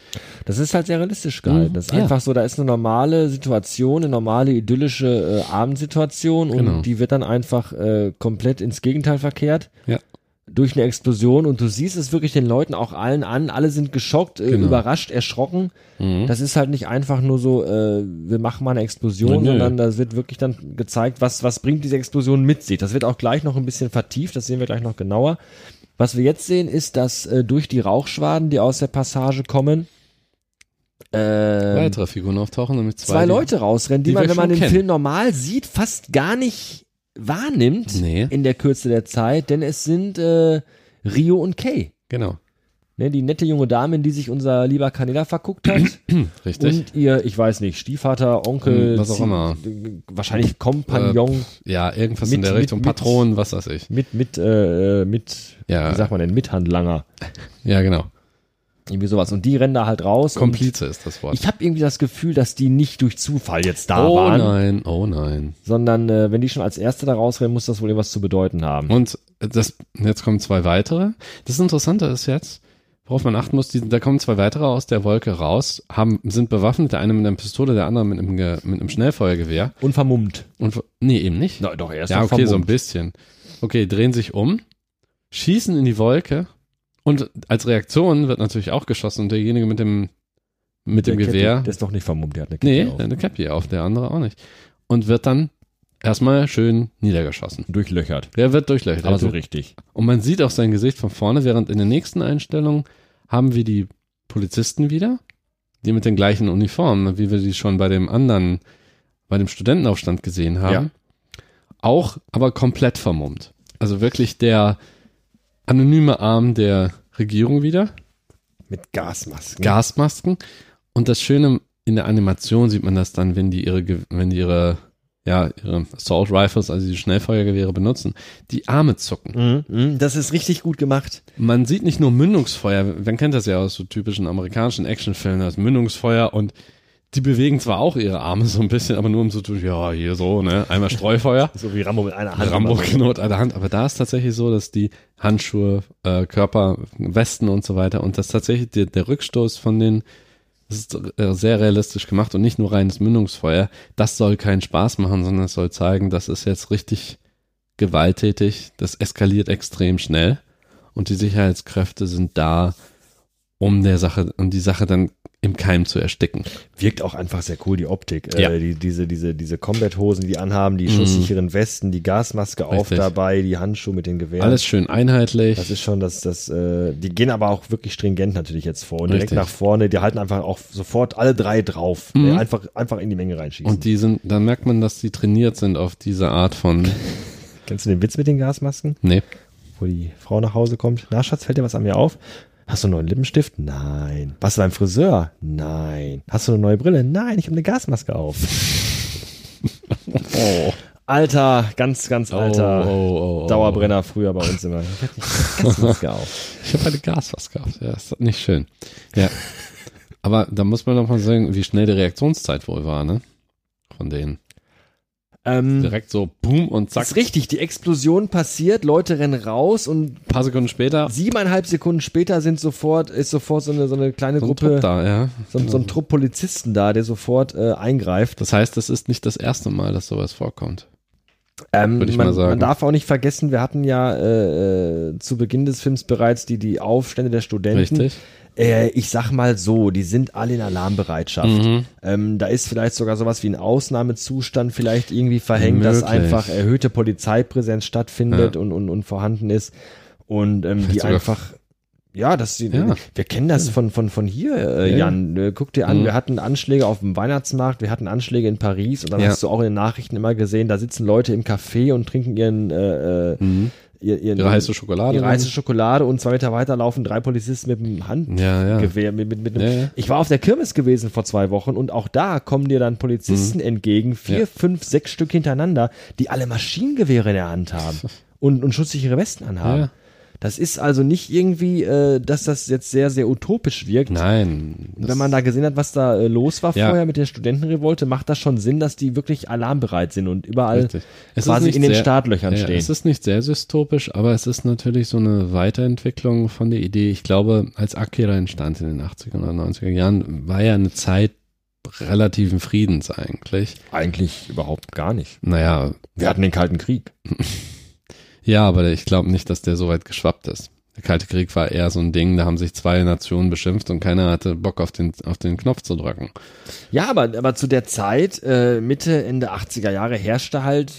[SPEAKER 2] Das ist halt sehr realistisch geil.
[SPEAKER 3] Mhm,
[SPEAKER 2] Das ist
[SPEAKER 3] ja.
[SPEAKER 2] einfach so, da ist eine normale Situation, eine normale idyllische äh, Abendsituation und
[SPEAKER 3] Genau.
[SPEAKER 2] die wird dann einfach äh, komplett ins Gegenteil verkehrt.
[SPEAKER 3] Ja.
[SPEAKER 2] Durch eine Explosion und du siehst es wirklich den Leuten auch allen an. Alle sind geschockt, äh,
[SPEAKER 3] Genau.
[SPEAKER 2] überrascht, erschrocken. Das ist halt nicht einfach nur so, äh, wir machen mal eine Explosion,
[SPEAKER 3] Nö, nö.
[SPEAKER 2] sondern da wird wirklich dann gezeigt, was, was bringt diese Explosion mit sich. Das wird auch gleich noch ein bisschen vertieft, das sehen wir gleich noch genauer. Was wir jetzt sehen, ist, dass äh, durch die Rauchschwaden, die aus der Passage kommen, äh, ähm,
[SPEAKER 3] Weitere Figuren auftauchen, nämlich zwei.
[SPEAKER 2] zwei
[SPEAKER 3] die-
[SPEAKER 2] Leute rausrennen, die,
[SPEAKER 3] die
[SPEAKER 2] man,
[SPEAKER 3] wir
[SPEAKER 2] wenn man
[SPEAKER 3] schon
[SPEAKER 2] den
[SPEAKER 3] kennen.
[SPEAKER 2] Film normal sieht, fast gar nicht wahrnimmt
[SPEAKER 3] Nee.
[SPEAKER 2] in der Kürze der Zeit, denn es sind äh, Rio und Kay.
[SPEAKER 3] Genau,
[SPEAKER 2] Ne, die nette junge Dame, in die sich unser lieber Kaneda verguckt hat.
[SPEAKER 3] richtig. Hm,
[SPEAKER 2] Und ihr, ich weiß nicht, Stiefvater, Onkel,
[SPEAKER 3] Was auch
[SPEAKER 2] Zie-
[SPEAKER 3] immer. Äh,
[SPEAKER 2] wahrscheinlich Kompagnon
[SPEAKER 3] ja, irgendwas in
[SPEAKER 2] Mit-
[SPEAKER 3] der
[SPEAKER 2] mit-
[SPEAKER 3] Richtung
[SPEAKER 2] mit-
[SPEAKER 3] Patronen, was weiß ich.
[SPEAKER 2] mit, mit, äh, mit,
[SPEAKER 3] Ja.
[SPEAKER 2] wie sagt man denn, Mithandlanger.
[SPEAKER 3] Ja, genau.
[SPEAKER 2] Irgendwie sowas. Und die rennen da halt raus. und
[SPEAKER 3] Komplize ist das Wort.
[SPEAKER 2] Ich Ah, habe irgendwie das Gefühl, dass die nicht durch Zufall jetzt da
[SPEAKER 3] oh
[SPEAKER 2] waren,
[SPEAKER 3] nein, oh nein.
[SPEAKER 2] sondern äh, wenn die schon als Erste da rausrennen, muss das wohl irgendwas zu bedeuten haben.
[SPEAKER 3] Und das, jetzt kommen zwei weitere. Das Interessante ist jetzt, worauf man achten muss, die, da kommen zwei weitere aus der Wolke raus, haben, sind bewaffnet, der eine mit einer Pistole, der andere mit einem, Ge- mit einem Schnellfeuergewehr.
[SPEAKER 2] Und vermummt.
[SPEAKER 3] Und, wo- nee, eben nicht.
[SPEAKER 2] Na, doch, erst
[SPEAKER 3] ja,
[SPEAKER 2] noch
[SPEAKER 3] okay, so ein
[SPEAKER 2] vermummt.
[SPEAKER 3] bisschen. Okay, drehen sich um, schießen in die Wolke und als Reaktion wird natürlich auch geschossen und derjenige mit dem, mit dem
[SPEAKER 2] Der Käppi,
[SPEAKER 3] Gewehr
[SPEAKER 2] Der ist doch nicht vermummt, der hat eine Kette
[SPEAKER 3] Nee,
[SPEAKER 2] auf. ne?
[SPEAKER 3] eine Cappy auf, der andere auch nicht. und wird dann erstmal schön niedergeschossen.
[SPEAKER 4] Durchlöchert.
[SPEAKER 3] Der wird durchlöchert.
[SPEAKER 4] Aber so richtig.
[SPEAKER 3] Und man sieht auch sein Gesicht von vorne, während in der nächsten Einstellung haben wir die Polizisten wieder, die mit den gleichen Uniformen, wie wir sie schon bei dem anderen, bei dem Studentenaufstand gesehen haben. Auch, aber komplett vermummt. Also wirklich der anonyme Arm der Regierung wieder.
[SPEAKER 2] Mit Gasmasken.
[SPEAKER 3] Gasmasken. Und das Schöne in der Animation sieht man das dann, wenn die ihre, Ge- wenn die ihre, ja, ihre Assault Rifles, also die Schnellfeuergewehre benutzen, die Arme zucken.
[SPEAKER 2] Mhm, mhm, das ist richtig gut gemacht.
[SPEAKER 3] Man sieht nicht nur Mündungsfeuer, man kennt das ja aus so typischen amerikanischen Actionfilmen, das Mündungsfeuer und die bewegen zwar auch ihre Arme so ein bisschen, aber nur um so zu tun, ja, hier so, ne, einmal Streufeuer.
[SPEAKER 2] So wie Rambo mit einer
[SPEAKER 3] Rambo genau an der Hand, aber da ist tatsächlich so, dass die Handschuhe, äh, Körper, Westen und so weiter und das tatsächlich der, der Rückstoß von den das ist äh, sehr realistisch gemacht und nicht nur reines Mündungsfeuer. Das soll keinen Spaß machen, sondern es soll zeigen, das ist jetzt richtig gewalttätig, das eskaliert extrem schnell und die Sicherheitskräfte sind da, um der Sache, um die Sache dann im Keim zu ersticken.
[SPEAKER 2] Wirkt auch einfach sehr cool, die Optik.
[SPEAKER 3] Ja. Mhm.
[SPEAKER 2] Äh, die, diese diese, diese Combat-Hosen, die die anhaben, die schusssicheren Westen, die Gasmaske auf
[SPEAKER 3] Richtig.
[SPEAKER 2] dabei, die Handschuhe mit den Gewehren.
[SPEAKER 3] Alles schön einheitlich.
[SPEAKER 2] Das ist schon, dass das, äh, die gehen aber auch wirklich stringent natürlich jetzt vor und direkt
[SPEAKER 3] Richtig.
[SPEAKER 2] nach vorne, die halten einfach auch sofort alle drei drauf.
[SPEAKER 3] Mhm.
[SPEAKER 2] Äh, Einfach, einfach in die Menge reinschießen.
[SPEAKER 3] und die sind, dann merkt man, dass die trainiert sind auf diese Art von,
[SPEAKER 2] Kennst du den Witz mit den Gasmasken,
[SPEAKER 3] nee,
[SPEAKER 2] wo die Frau nach Hause kommt? Na, Schatz, fällt dir was an mir auf? Hast du einen neuen Lippenstift? Nein. Warst du beim Friseur? Nein. Hast du eine neue Brille? Nein, ich habe eine Gasmaske auf. Alter, ganz, ganz alter
[SPEAKER 3] Oh, oh, oh, oh.
[SPEAKER 2] Dauerbrenner früher bei uns immer. Ich hab eine Gasmaske auf.
[SPEAKER 3] Ich habe eine Gasfass gehabt. Ja, ist nicht schön. Ja. Aber da muss man nochmal sagen, wie schnell die Reaktionszeit wohl war, ne? Von denen.
[SPEAKER 2] Ähm,
[SPEAKER 3] Direkt so boom und zack.
[SPEAKER 2] ist richtig, die Explosion passiert, Leute rennen raus und
[SPEAKER 3] Ein paar Sekunden später
[SPEAKER 2] siebeneinhalb Sekunden später sind sofort, ist sofort so eine, so eine kleine
[SPEAKER 3] so ein
[SPEAKER 2] Gruppe,
[SPEAKER 3] Trupp da, ja.
[SPEAKER 2] so, ein- so ein Trupp Polizisten da, der sofort äh, eingreift.
[SPEAKER 3] Das heißt, das ist nicht das erste Mal, dass sowas vorkommt.
[SPEAKER 2] Ähm,
[SPEAKER 3] Würde ich
[SPEAKER 2] man,
[SPEAKER 3] mal sagen.
[SPEAKER 2] man darf auch nicht vergessen, wir hatten ja äh, äh, zu Beginn des Films bereits die, die Aufstände der Studenten.
[SPEAKER 3] Richtig.
[SPEAKER 2] Äh, ich sag mal so, die sind alle in Alarmbereitschaft.
[SPEAKER 3] Mhm.
[SPEAKER 2] Ähm, da ist vielleicht sogar sowas wie ein Ausnahmezustand vielleicht irgendwie verhängt, dass
[SPEAKER 3] Möglich.
[SPEAKER 2] einfach erhöhte Polizeipräsenz stattfindet und, und, und vorhanden ist. Und ähm, die
[SPEAKER 3] sogar-
[SPEAKER 2] einfach. Ja, das, die-
[SPEAKER 3] Ja.
[SPEAKER 2] wir kennen das von, von, von hier, äh,
[SPEAKER 3] Ja. Mhm.
[SPEAKER 2] Jan. Äh, Guck dir an, wir hatten Anschläge auf dem Weihnachtsmarkt, wir hatten Anschläge in Paris und dann
[SPEAKER 3] Ja.
[SPEAKER 2] hast du auch in den Nachrichten immer gesehen, da sitzen Leute im Café und trinken ihren, äh, äh, ihr- ihren
[SPEAKER 3] Mhm. Ihre heiße Schokolade.
[SPEAKER 2] Ihre Mhm. heiße Schokolade und zwei Meter weiter laufen drei Polizisten mit dem Handgewehr.
[SPEAKER 3] Ja, ja.
[SPEAKER 2] Mit, mit, mit einem
[SPEAKER 3] Ja, ja.
[SPEAKER 2] Ich war auf der Kirmes gewesen vor zwei Wochen und auch da kommen dir dann Polizisten entgegen, vier,
[SPEAKER 3] Mhm. Ja.
[SPEAKER 2] fünf, sechs Stück hintereinander, die alle Maschinengewehre in der Hand haben und, und schusssichere Westen anhaben.
[SPEAKER 3] Ja.
[SPEAKER 2] Das ist also nicht irgendwie, äh, dass das jetzt sehr, sehr utopisch wirkt.
[SPEAKER 3] Nein.
[SPEAKER 2] Wenn man da gesehen hat, was da äh, los war
[SPEAKER 3] Ja.
[SPEAKER 2] vorher mit der Studentenrevolte, macht das schon Sinn, dass die wirklich alarmbereit sind und überall
[SPEAKER 3] Richtig. Es ist
[SPEAKER 2] quasi
[SPEAKER 3] nicht
[SPEAKER 2] in den
[SPEAKER 3] sehr-
[SPEAKER 2] Startlöchern
[SPEAKER 3] ja,
[SPEAKER 2] stehen.
[SPEAKER 3] Es ist nicht sehr dystopisch, aber es ist natürlich so eine Weiterentwicklung von der Idee. Ich glaube, als Akira entstand in den 80er oder 90er Jahren, war ja eine Zeit relativen Friedens eigentlich.
[SPEAKER 2] Eigentlich überhaupt gar nicht.
[SPEAKER 3] Naja,
[SPEAKER 2] Wir hatten den Kalten Krieg.
[SPEAKER 3] ja, aber ich glaube nicht, dass der so weit geschwappt ist. Der Kalte Krieg war eher so ein Ding, da haben sich zwei Nationen beschimpft und keiner hatte Bock auf den, auf den Knopf zu drücken.
[SPEAKER 2] Ja, aber, aber zu der Zeit, äh, Mitte, Ende 80er Jahre, herrschte halt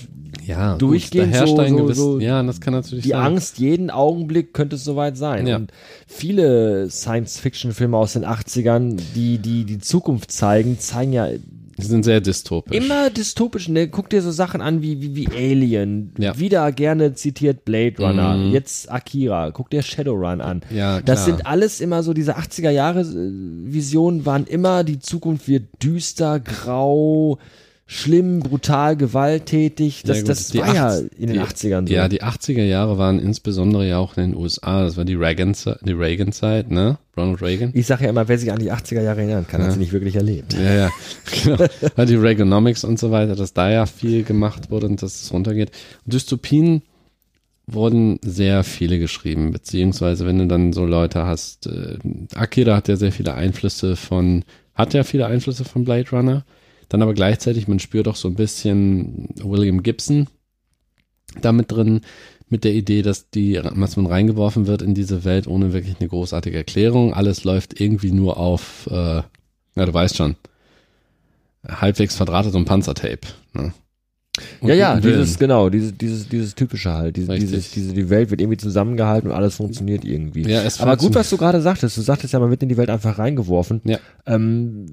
[SPEAKER 3] Ja,
[SPEAKER 2] Durchgehend
[SPEAKER 3] gut, da herrscht
[SPEAKER 2] so-
[SPEAKER 3] ein
[SPEAKER 2] so-
[SPEAKER 3] gewiss-
[SPEAKER 2] so
[SPEAKER 3] ja, das kann natürlich
[SPEAKER 2] die
[SPEAKER 3] sein.
[SPEAKER 2] Angst, jeden Augenblick könnte es soweit sein.
[SPEAKER 3] Ja.
[SPEAKER 2] Und viele Science-Fiction-Filme aus den 80ern, die, die die Zukunft zeigen, zeigen ja
[SPEAKER 3] Die sind sehr dystopisch.
[SPEAKER 2] immer dystopisch. Ne? Guck dir so Sachen an wie, wie, wie Alien.
[SPEAKER 3] Ja.
[SPEAKER 2] Wieder gerne zitiert Blade Runner.
[SPEAKER 3] Mhm.
[SPEAKER 2] Jetzt Akira. Guck dir Shadowrun an.
[SPEAKER 3] Ja,
[SPEAKER 2] das
[SPEAKER 3] klar.
[SPEAKER 2] sind alles immer so, diese 80er-Jahre-Visionen waren immer, die Zukunft wird düster, grau, schlimm, brutal, gewalttätig. Das,
[SPEAKER 3] Ja, gut,
[SPEAKER 2] das
[SPEAKER 3] die
[SPEAKER 2] war ja
[SPEAKER 3] 80
[SPEAKER 2] in den
[SPEAKER 3] die-
[SPEAKER 2] 80ern so.
[SPEAKER 3] Ja, die 80er Jahre waren insbesondere ja auch in den USA. Das war die Reagan, die Reagan-Zeit, ne? Ronald Reagan.
[SPEAKER 2] ich sage ja immer, wer sich an die 80er Jahre erinnern kann, hat sie nicht wirklich erlebt.
[SPEAKER 3] Ja, ja, genau. Weil die Reaganomics und so weiter, dass da ja viel gemacht wurde und dass es runtergeht. Dystopien wurden sehr viele geschrieben, beziehungsweise wenn du dann so Leute hast, äh, Akira hat ja sehr viele Einflüsse von, hat ja viele Einflüsse von Blade Runner, dann aber gleichzeitig, man spürt auch so ein bisschen William Gibson damit drin, mit der Idee, dass die, dass man reingeworfen wird in diese Welt ohne wirklich eine großartige Erklärung. Alles läuft irgendwie nur auf, äh, na, du weißt schon. halbwegs verdrahtetem Panzertape. Ne? Und
[SPEAKER 2] ja, ja,
[SPEAKER 3] guten Willen.
[SPEAKER 2] dieses, genau, dieses, dieses, dieses typische halt. Diese,
[SPEAKER 3] Richtig.
[SPEAKER 2] dieses, diese, die Welt wird irgendwie zusammengehalten und alles funktioniert irgendwie.
[SPEAKER 3] Ja, es
[SPEAKER 2] Aber gut,
[SPEAKER 3] funktioniert.
[SPEAKER 2] was du gerade sagtest. Du sagtest ja, man wird in die Welt einfach reingeworfen.
[SPEAKER 3] Ja.
[SPEAKER 2] Ähm,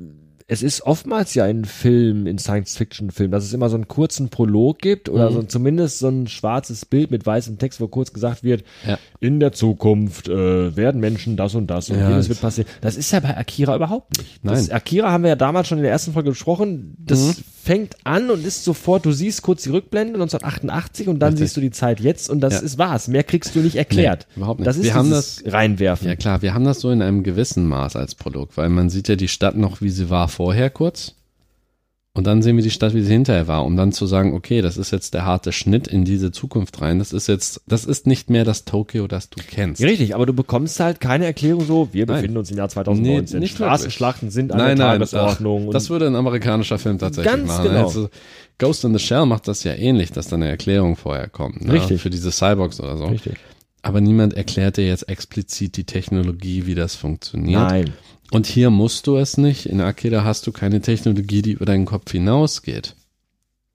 [SPEAKER 2] es ist oftmals ja in Filmen, in Science-Fiction-Filmen, dass es immer so einen kurzen Prolog gibt
[SPEAKER 3] Mhm.
[SPEAKER 2] oder so zumindest so ein schwarzes Bild mit weißem Text, wo kurz gesagt wird,
[SPEAKER 3] Ja.
[SPEAKER 2] in der Zukunft äh, werden Menschen das und das und
[SPEAKER 3] Ja,
[SPEAKER 2] jenes
[SPEAKER 3] es-
[SPEAKER 2] wird passieren. Das ist ja bei Akira überhaupt nicht. Das,
[SPEAKER 3] Nein. Mhm.
[SPEAKER 2] Akira haben wir ja damals schon in der ersten Folge gesprochen. Das fängt an und ist sofort, du siehst kurz die Rückblende 1988 und dann
[SPEAKER 3] Richtig.
[SPEAKER 2] siehst du die Zeit jetzt und das
[SPEAKER 3] Ja.
[SPEAKER 2] ist war's. Mehr kriegst du nicht erklärt.
[SPEAKER 3] Nee, überhaupt nicht.
[SPEAKER 2] Das ist
[SPEAKER 3] Wir haben
[SPEAKER 2] dieses Reinwerfen.
[SPEAKER 3] Ja klar, wir haben das so in einem gewissen Maß als Produkt, weil man sieht ja die Stadt noch, wie sie war vorher kurz. Und dann sehen wir die Stadt, wie sie hinterher war, um dann zu sagen, okay, das ist jetzt der harte Schnitt in diese Zukunft rein. Das ist jetzt, das ist nicht mehr das Tokio, das du kennst.
[SPEAKER 2] Ja, Richtig, aber du bekommst halt keine Erklärung so, wir
[SPEAKER 3] Nein.
[SPEAKER 2] befinden uns im Jahr 2019.
[SPEAKER 3] Nee, nicht
[SPEAKER 2] Straßenschlachten sind an
[SPEAKER 3] Nein,
[SPEAKER 2] der
[SPEAKER 3] nein, ach,
[SPEAKER 2] Tagesordnung.
[SPEAKER 3] das
[SPEAKER 2] und
[SPEAKER 3] würde ein amerikanischer Film tatsächlich
[SPEAKER 2] Ganz
[SPEAKER 3] machen.
[SPEAKER 2] genau.
[SPEAKER 3] Also Ghost in the Shell macht das ja ähnlich, dass da eine Erklärung vorher kommt. Ne?
[SPEAKER 2] Richtig.
[SPEAKER 3] Für diese Cyborgs oder so.
[SPEAKER 2] richtig.
[SPEAKER 3] Aber niemand erklärt dir jetzt explizit die Technologie, wie das funktioniert.
[SPEAKER 2] Nein.
[SPEAKER 3] Und hier musst du es nicht. In Akira hast du keine Technologie, die über deinen Kopf hinausgeht.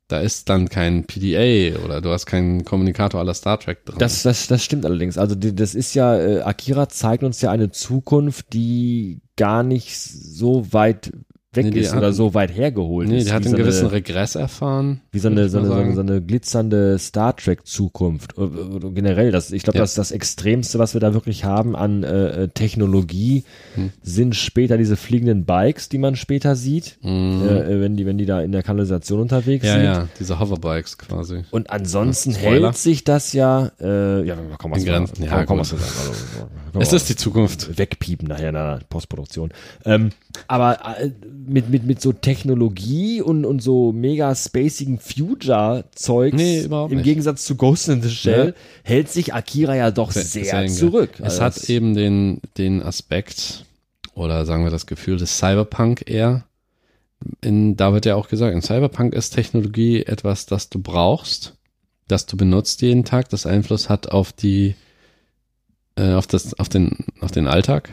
[SPEAKER 3] Da ist dann kein PDA oder du hast keinen Kommunikator aller Star Trek drin.
[SPEAKER 2] Das, das, das stimmt allerdings. Also die, das ist ja, äh, Akira zeigt uns ja eine Zukunft, die gar nicht so weit weg
[SPEAKER 3] Nee, die
[SPEAKER 2] ist
[SPEAKER 3] hat-
[SPEAKER 2] oder so weit hergeholt
[SPEAKER 3] nee,
[SPEAKER 2] ist.
[SPEAKER 3] der hat
[SPEAKER 2] wie
[SPEAKER 3] einen
[SPEAKER 2] so eine-
[SPEAKER 3] gewissen Regress erfahren.
[SPEAKER 2] wie so eine,
[SPEAKER 3] würd ich
[SPEAKER 2] so
[SPEAKER 3] mal
[SPEAKER 2] eine, so eine,
[SPEAKER 3] sagen.
[SPEAKER 2] so eine glitzernde Star Trek Zukunft Äh, äh, generell das ich glaube
[SPEAKER 3] Ja.
[SPEAKER 2] das ist das extremste was wir da wirklich haben an äh, äh, Technologie
[SPEAKER 3] Hm.
[SPEAKER 2] sind später diese fliegenden Bikes die man später sieht äh, äh, wenn die wenn die da in der Kanalisation unterwegs
[SPEAKER 3] Hm. Ja,
[SPEAKER 2] sind
[SPEAKER 3] ja, diese Hoverbikes quasi.
[SPEAKER 2] und ansonsten
[SPEAKER 3] Spoiler.
[SPEAKER 2] hält sich das ja äh, ja da kann man
[SPEAKER 3] In Grenzen, ja,
[SPEAKER 2] kann, kann
[SPEAKER 3] gut.
[SPEAKER 2] man's so sagen. Also, kann man
[SPEAKER 3] Es
[SPEAKER 2] auch-
[SPEAKER 3] ist die Zukunft.
[SPEAKER 2] wegpiepen nachher in der Postproduktion. Ähm, aber äh, mit, mit, mit so Technologie und, und so mega spacigen Future-Zeugs,
[SPEAKER 3] Nee, überhaupt
[SPEAKER 2] im
[SPEAKER 3] nicht.
[SPEAKER 2] Gegensatz zu Ghost in the Shell,
[SPEAKER 3] Ja.
[SPEAKER 2] hält sich Akira ja doch
[SPEAKER 3] Sehr-
[SPEAKER 2] sehr,
[SPEAKER 3] sehr eng.
[SPEAKER 2] zurück.
[SPEAKER 3] Es
[SPEAKER 2] Also
[SPEAKER 3] hat
[SPEAKER 2] das-
[SPEAKER 3] eben den, den Aspekt oder sagen wir das Gefühl des Cyberpunk eher. In, da wird ja auch gesagt, in Cyberpunk ist Technologie etwas, das du brauchst, das du benutzt jeden Tag, das Einfluss hat auf die, äh, auf das, auf den, auf den Alltag.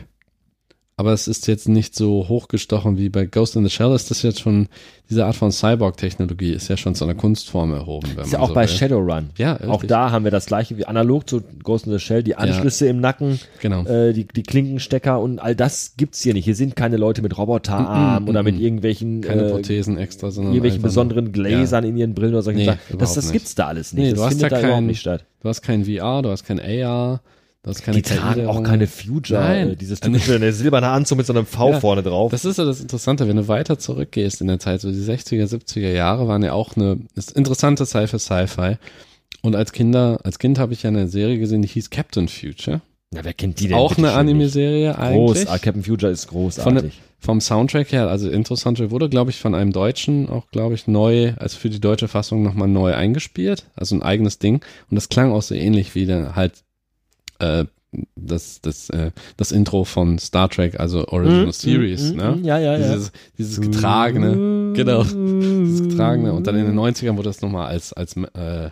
[SPEAKER 3] Aber es ist jetzt nicht so hochgestochen wie bei Ghost in the Shell. Ist das jetzt schon diese Art von Cyborg-Technologie ist ja schon zu einer Kunstform erhoben, wenn
[SPEAKER 2] ist
[SPEAKER 3] man
[SPEAKER 2] ja auch
[SPEAKER 3] so
[SPEAKER 2] bei
[SPEAKER 3] will.
[SPEAKER 2] Shadowrun.
[SPEAKER 3] Ja,
[SPEAKER 2] Auch
[SPEAKER 3] richtig.
[SPEAKER 2] da haben wir das gleiche wie analog zu Ghost in the Shell, die Anschlüsse im Nacken,
[SPEAKER 3] Genau.
[SPEAKER 2] äh, die, die Klinkenstecker und all das gibt's hier nicht. Hier sind keine Leute mit Roboterarm
[SPEAKER 3] Mm, mm,
[SPEAKER 2] oder
[SPEAKER 3] mm,
[SPEAKER 2] mit
[SPEAKER 3] mm.
[SPEAKER 2] irgendwelchen
[SPEAKER 3] keine
[SPEAKER 2] äh,
[SPEAKER 3] Prothesen extra, sondern
[SPEAKER 2] irgendwelchen
[SPEAKER 3] einfach nur-
[SPEAKER 2] besonderen Gläsern in ihren Brillen oder solchen
[SPEAKER 3] Nee,
[SPEAKER 2] Sachen. Das,
[SPEAKER 3] überhaupt
[SPEAKER 2] das
[SPEAKER 3] nicht.
[SPEAKER 2] gibt's da alles nicht.
[SPEAKER 3] Nee,
[SPEAKER 2] das
[SPEAKER 3] du hast
[SPEAKER 2] findet
[SPEAKER 3] ja
[SPEAKER 2] da überhaupt
[SPEAKER 3] kein-
[SPEAKER 2] nicht statt.
[SPEAKER 3] Du hast kein VR, du hast kein AR, du hast keine
[SPEAKER 2] Die tragen auch
[SPEAKER 3] Karierung.
[SPEAKER 2] keine Future.
[SPEAKER 3] Nein.
[SPEAKER 2] äh, Dieses typische eine silberne Anzug mit so einem V
[SPEAKER 3] Ja,
[SPEAKER 2] vorne drauf.
[SPEAKER 3] Das ist ja das Interessante, wenn du weiter zurückgehst in der Zeit, so die 60er, 70er Jahre waren ja auch eine ist interessante Sci-Fi, Sci-Fi. Und als Kinder, als Kind habe ich ja eine Serie gesehen, die hieß Captain Future.
[SPEAKER 2] Na, wer kennt die denn?
[SPEAKER 3] auch
[SPEAKER 2] bitte
[SPEAKER 3] eine
[SPEAKER 2] schön nicht?
[SPEAKER 3] Anime-Serie eigentlich.
[SPEAKER 2] Groß. Ah, Captain Future ist
[SPEAKER 3] Von der-
[SPEAKER 2] großartig.
[SPEAKER 3] vom Soundtrack her, also Intro-Soundtrack wurde, glaube ich, von einem Deutschen auch, glaube ich, neu, also für die deutsche Fassung nochmal neu eingespielt. Also ein eigenes Ding. Und das klang auch so ähnlich wie dann halt äh, das, das, äh, das Intro von Star Trek, also Original Series,
[SPEAKER 2] mm,
[SPEAKER 3] ne?
[SPEAKER 2] mm, ja, ja, ja.
[SPEAKER 3] dieses, dieses getragene,
[SPEAKER 2] ne?
[SPEAKER 3] genau, dieses getragene. Und dann in den 90ern wurde das nochmal als, als äh,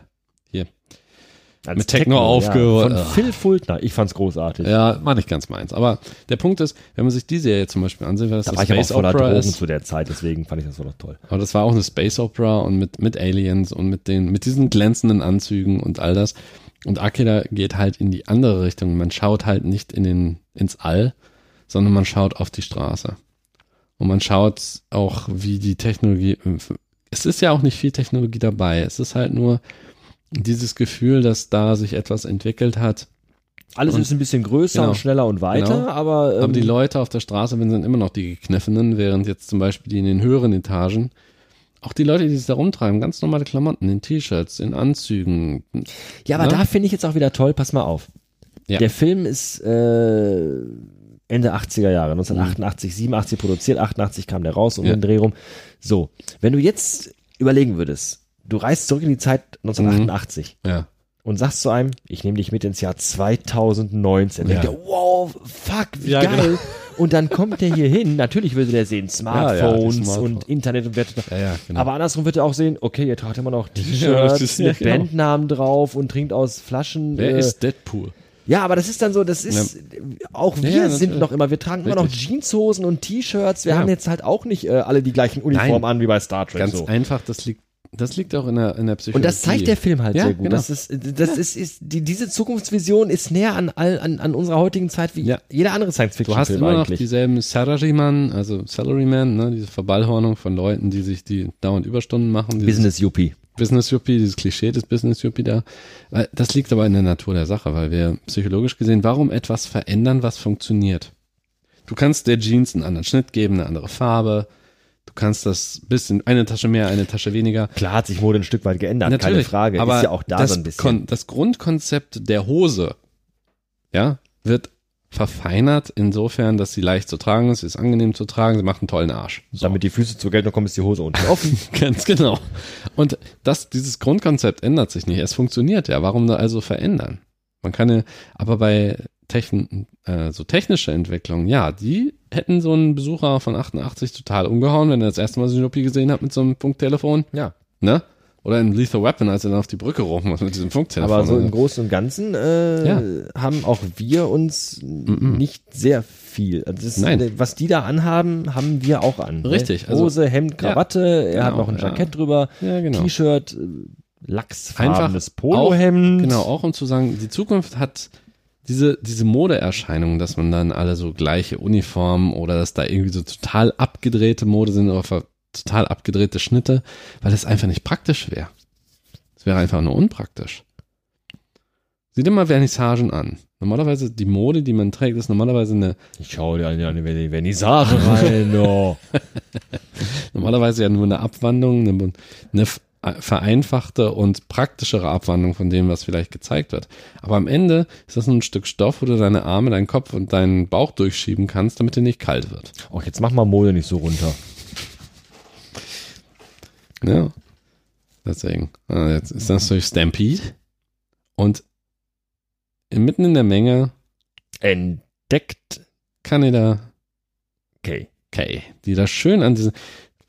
[SPEAKER 2] Als
[SPEAKER 3] mit Techno aufgehört.
[SPEAKER 2] Ja.
[SPEAKER 3] Ah.
[SPEAKER 2] Von Phil Fultner. Ich fand's großartig.
[SPEAKER 3] ja, war nicht ganz meins. Aber der Punkt ist, wenn man sich die Serie zum Beispiel ansieht, weil das
[SPEAKER 2] Da war
[SPEAKER 3] eine
[SPEAKER 2] ich aber auch
[SPEAKER 3] Space
[SPEAKER 2] voller
[SPEAKER 3] Opera
[SPEAKER 2] Drogen
[SPEAKER 3] ist.
[SPEAKER 2] zu der Zeit, deswegen fand ich das so doch toll.
[SPEAKER 3] Aber das war auch eine Space Opera und mit, mit Aliens und mit den, mit diesen glänzenden Anzügen und all das. Und Akira geht halt in die andere Richtung. Man schaut halt nicht in den, ins All, sondern man schaut auf die Straße. Und man schaut auch, wie die Technologie, es ist ja auch nicht viel Technologie dabei. Es ist halt nur dieses Gefühl, dass da sich etwas entwickelt hat.
[SPEAKER 2] Alles
[SPEAKER 3] Und-
[SPEAKER 2] ist ein bisschen größer
[SPEAKER 3] genau.
[SPEAKER 2] und schneller und weiter,
[SPEAKER 3] Genau.
[SPEAKER 2] aber, ähm,
[SPEAKER 3] Aber die Leute auf der Straße sind immer noch die Gekniffenen, während jetzt zum Beispiel die in den höheren Etagen, auch die Leute, die sich da rumtreiben, ganz normale Klamotten, in T-Shirts, in Anzügen.
[SPEAKER 2] Ja, aber
[SPEAKER 3] Ne?
[SPEAKER 2] da finde ich jetzt auch wieder toll, pass mal auf.
[SPEAKER 3] Ja.
[SPEAKER 2] Der Film ist äh, Ende 80er Jahre, 1988, 87 produziert, 88 kam der raus und
[SPEAKER 3] Mhm.
[SPEAKER 2] um
[SPEAKER 3] Ja.
[SPEAKER 2] den Dreh rum. So, wenn du jetzt überlegen würdest, du reist zurück in die Zeit 1988
[SPEAKER 3] Ja.
[SPEAKER 2] und sagst zu einem, ich nehme dich mit ins Jahr 2019. Denkt
[SPEAKER 3] Ja.
[SPEAKER 2] er, wow, fuck, wie
[SPEAKER 3] Ja, genau.
[SPEAKER 2] geil. Und dann kommt der hier hin, natürlich würde der sehen
[SPEAKER 3] ja, die
[SPEAKER 2] Smartphones
[SPEAKER 3] Smartphone-
[SPEAKER 2] und Internet und wird
[SPEAKER 3] Ja, ja, genau.
[SPEAKER 2] aber andersrum wird er auch sehen, okay, ihr tragt immer noch
[SPEAKER 3] Ja, das
[SPEAKER 2] T-Shirts
[SPEAKER 3] ist- ja,
[SPEAKER 2] mit
[SPEAKER 3] genau.
[SPEAKER 2] Bandnamen drauf und trinkt aus Flaschen.
[SPEAKER 3] Wer
[SPEAKER 2] äh,
[SPEAKER 3] ist Deadpool?
[SPEAKER 2] Ja, aber das ist dann so, das ist, auch wir
[SPEAKER 3] ja,
[SPEAKER 2] sind
[SPEAKER 3] natürlich.
[SPEAKER 2] noch immer, wir tragen immer noch Jeanshosen und T-Shirts. Wir
[SPEAKER 3] Ja.
[SPEAKER 2] haben jetzt halt auch nicht äh, alle die gleichen Uniformen an wie bei Star Trek.
[SPEAKER 3] Ganz
[SPEAKER 2] so.
[SPEAKER 3] einfach, das liegt, das liegt auch in der, in der Psychologie.
[SPEAKER 2] Und das zeigt der Film halt
[SPEAKER 3] Ja,
[SPEAKER 2] sehr gut.
[SPEAKER 3] genau.
[SPEAKER 2] Das ist, das ist, ist die, diese Zukunftsvision ist näher an, all, an, an unserer heutigen Zeit wie
[SPEAKER 3] Ja.
[SPEAKER 2] jeder andere
[SPEAKER 3] Du hast
[SPEAKER 2] Science-Fiction-Film
[SPEAKER 3] immer noch
[SPEAKER 2] eigentlich.
[SPEAKER 3] dieselben Salaryman, also Salaryman, ne, diese Verballhornung von Leuten, die sich die dauernd Überstunden machen. dieses-
[SPEAKER 2] Business-Yuppie.
[SPEAKER 3] Business Yuppie, dieses Klischee des Business Yuppie da. Weil Das liegt aber in der Natur der Sache, weil wir psychologisch gesehen, warum etwas verändern, was funktioniert? Du kannst der Jeans einen anderen Schnitt geben, eine andere Farbe. Du kannst das bisschen, eine Tasche mehr, eine Tasche weniger.
[SPEAKER 2] Klar hat sich Mode ein Stück weit geändert, keine Frage.
[SPEAKER 3] Aber
[SPEAKER 2] ist ja auch da
[SPEAKER 3] das,
[SPEAKER 2] so ein bisschen.
[SPEAKER 3] Kon das Grundkonzept der Hose, ja, wird verfeinert insofern, dass sie leicht zu tragen ist, sie ist angenehm zu tragen, sie macht einen tollen Arsch.
[SPEAKER 2] Damit die Füße zur Geltung kommen, ist die Hose unten offen.
[SPEAKER 3] Ganz genau. Und das, dieses Grundkonzept ändert sich nicht. Es funktioniert ja. Warum da also verändern? Man kann ja, aber bei Techn, äh, so technische Entwicklungen, ja, die hätten so einen Besucher von 88 total umgehauen, wenn er das erste Mal so einen Juppie gesehen hat mit so einem Funktelefon,
[SPEAKER 2] ja.
[SPEAKER 3] ne? Oder in Lethal Weapon, als er dann auf die Brücke rum ist mit diesem Funktelefon.
[SPEAKER 2] Aber so im
[SPEAKER 3] Also,
[SPEAKER 2] Großen und Ganzen äh,
[SPEAKER 3] Ja.
[SPEAKER 2] haben auch wir uns nicht sehr viel. Also das,
[SPEAKER 3] Nein.
[SPEAKER 2] Was die da anhaben, haben wir auch an. ne?
[SPEAKER 3] Richtig, also-
[SPEAKER 2] Hose, Hemd, Krawatte, er hat
[SPEAKER 3] genau,
[SPEAKER 2] noch ein
[SPEAKER 3] ja.
[SPEAKER 2] Jackett drüber,
[SPEAKER 3] Ja, genau.
[SPEAKER 2] T-Shirt, äh, lachsfarbenes
[SPEAKER 3] Einfach
[SPEAKER 2] Polohemd.
[SPEAKER 3] Auch, genau, auch um zu sagen, die Zukunft hat diese, diese Modeerscheinung, dass man dann alle so gleiche Uniformen oder dass da irgendwie so total abgedrehte Mode sind oder ver- total abgedrehte Schnitte, weil das einfach nicht praktisch wäre. Es wäre einfach nur unpraktisch. Sieh dir mal Vernissagen an. Normalerweise, die Mode, die man trägt, ist normalerweise eine,
[SPEAKER 2] Ich schau dir an, an wenn wenn die Sache rein. Oh.
[SPEAKER 3] normalerweise ja nur eine Abwandlung, eine, eine f- äh, vereinfachte und praktischere Abwandlung von dem, was vielleicht gezeigt wird. Aber am Ende ist das nur ein Stück Stoff, wo du deine Arme, deinen Kopf und deinen Bauch durchschieben kannst, damit dir nicht kalt wird.
[SPEAKER 2] Och, jetzt mach mal Mode nicht so runter.
[SPEAKER 3] Ja. Ne? Deswegen. Ah, Jetzt ist das durch Stampede. Und mitten in der Menge
[SPEAKER 2] Entdeckt.
[SPEAKER 3] Kanada
[SPEAKER 2] Okay.
[SPEAKER 3] Okay, die da schön an diesen.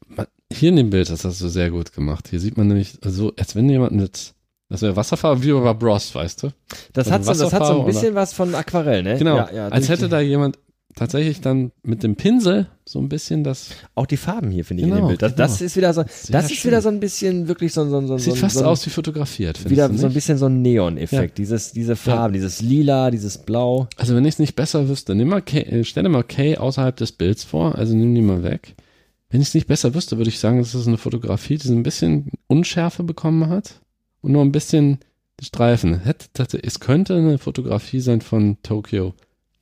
[SPEAKER 3] Man- Hier in dem Bild hast du das so sehr gut gemacht. Hier sieht man nämlich so, als wenn jemand mit. Das wäre Wasserfarbe wie bei Bros, weißt du?
[SPEAKER 2] Das
[SPEAKER 3] Also
[SPEAKER 2] hat, so, das hat so
[SPEAKER 3] Wasserfarbe
[SPEAKER 2] ein bisschen was von Aquarell, ne?
[SPEAKER 3] Genau.
[SPEAKER 2] Ja, ja,
[SPEAKER 3] als
[SPEAKER 2] durch
[SPEAKER 3] hätte
[SPEAKER 2] die-
[SPEAKER 3] da jemand tatsächlich dann mit dem Pinsel so ein bisschen das.
[SPEAKER 2] Auch die Farben hier finde ich in
[SPEAKER 3] Genau,
[SPEAKER 2] dem Bild. Das, das
[SPEAKER 3] genau.
[SPEAKER 2] ist wieder so, das ist
[SPEAKER 3] schön.
[SPEAKER 2] wieder so ein bisschen wirklich so, ein- so, ein- so, ein-
[SPEAKER 3] Sieht
[SPEAKER 2] so, ein-
[SPEAKER 3] fast
[SPEAKER 2] so, ein-
[SPEAKER 3] aus wie fotografiert, findest
[SPEAKER 2] wieder
[SPEAKER 3] du
[SPEAKER 2] so ein
[SPEAKER 3] nicht?
[SPEAKER 2] bisschen so ein Neon-Effekt. Dieses, diese Farben, dieses Lila, dieses Blau.
[SPEAKER 3] Also wenn ich es nicht besser wüsste, nimm mal Kay, äh, stell dir mal Kay außerhalb des Bilds vor, also nimm die mal weg. Wenn ich es nicht besser wüsste, würde ich sagen, das ist eine Fotografie, die so ein bisschen Unschärfe bekommen hat und nur ein bisschen Streifen. Hätte, hätte, es könnte eine Fotografie sein von Tokio.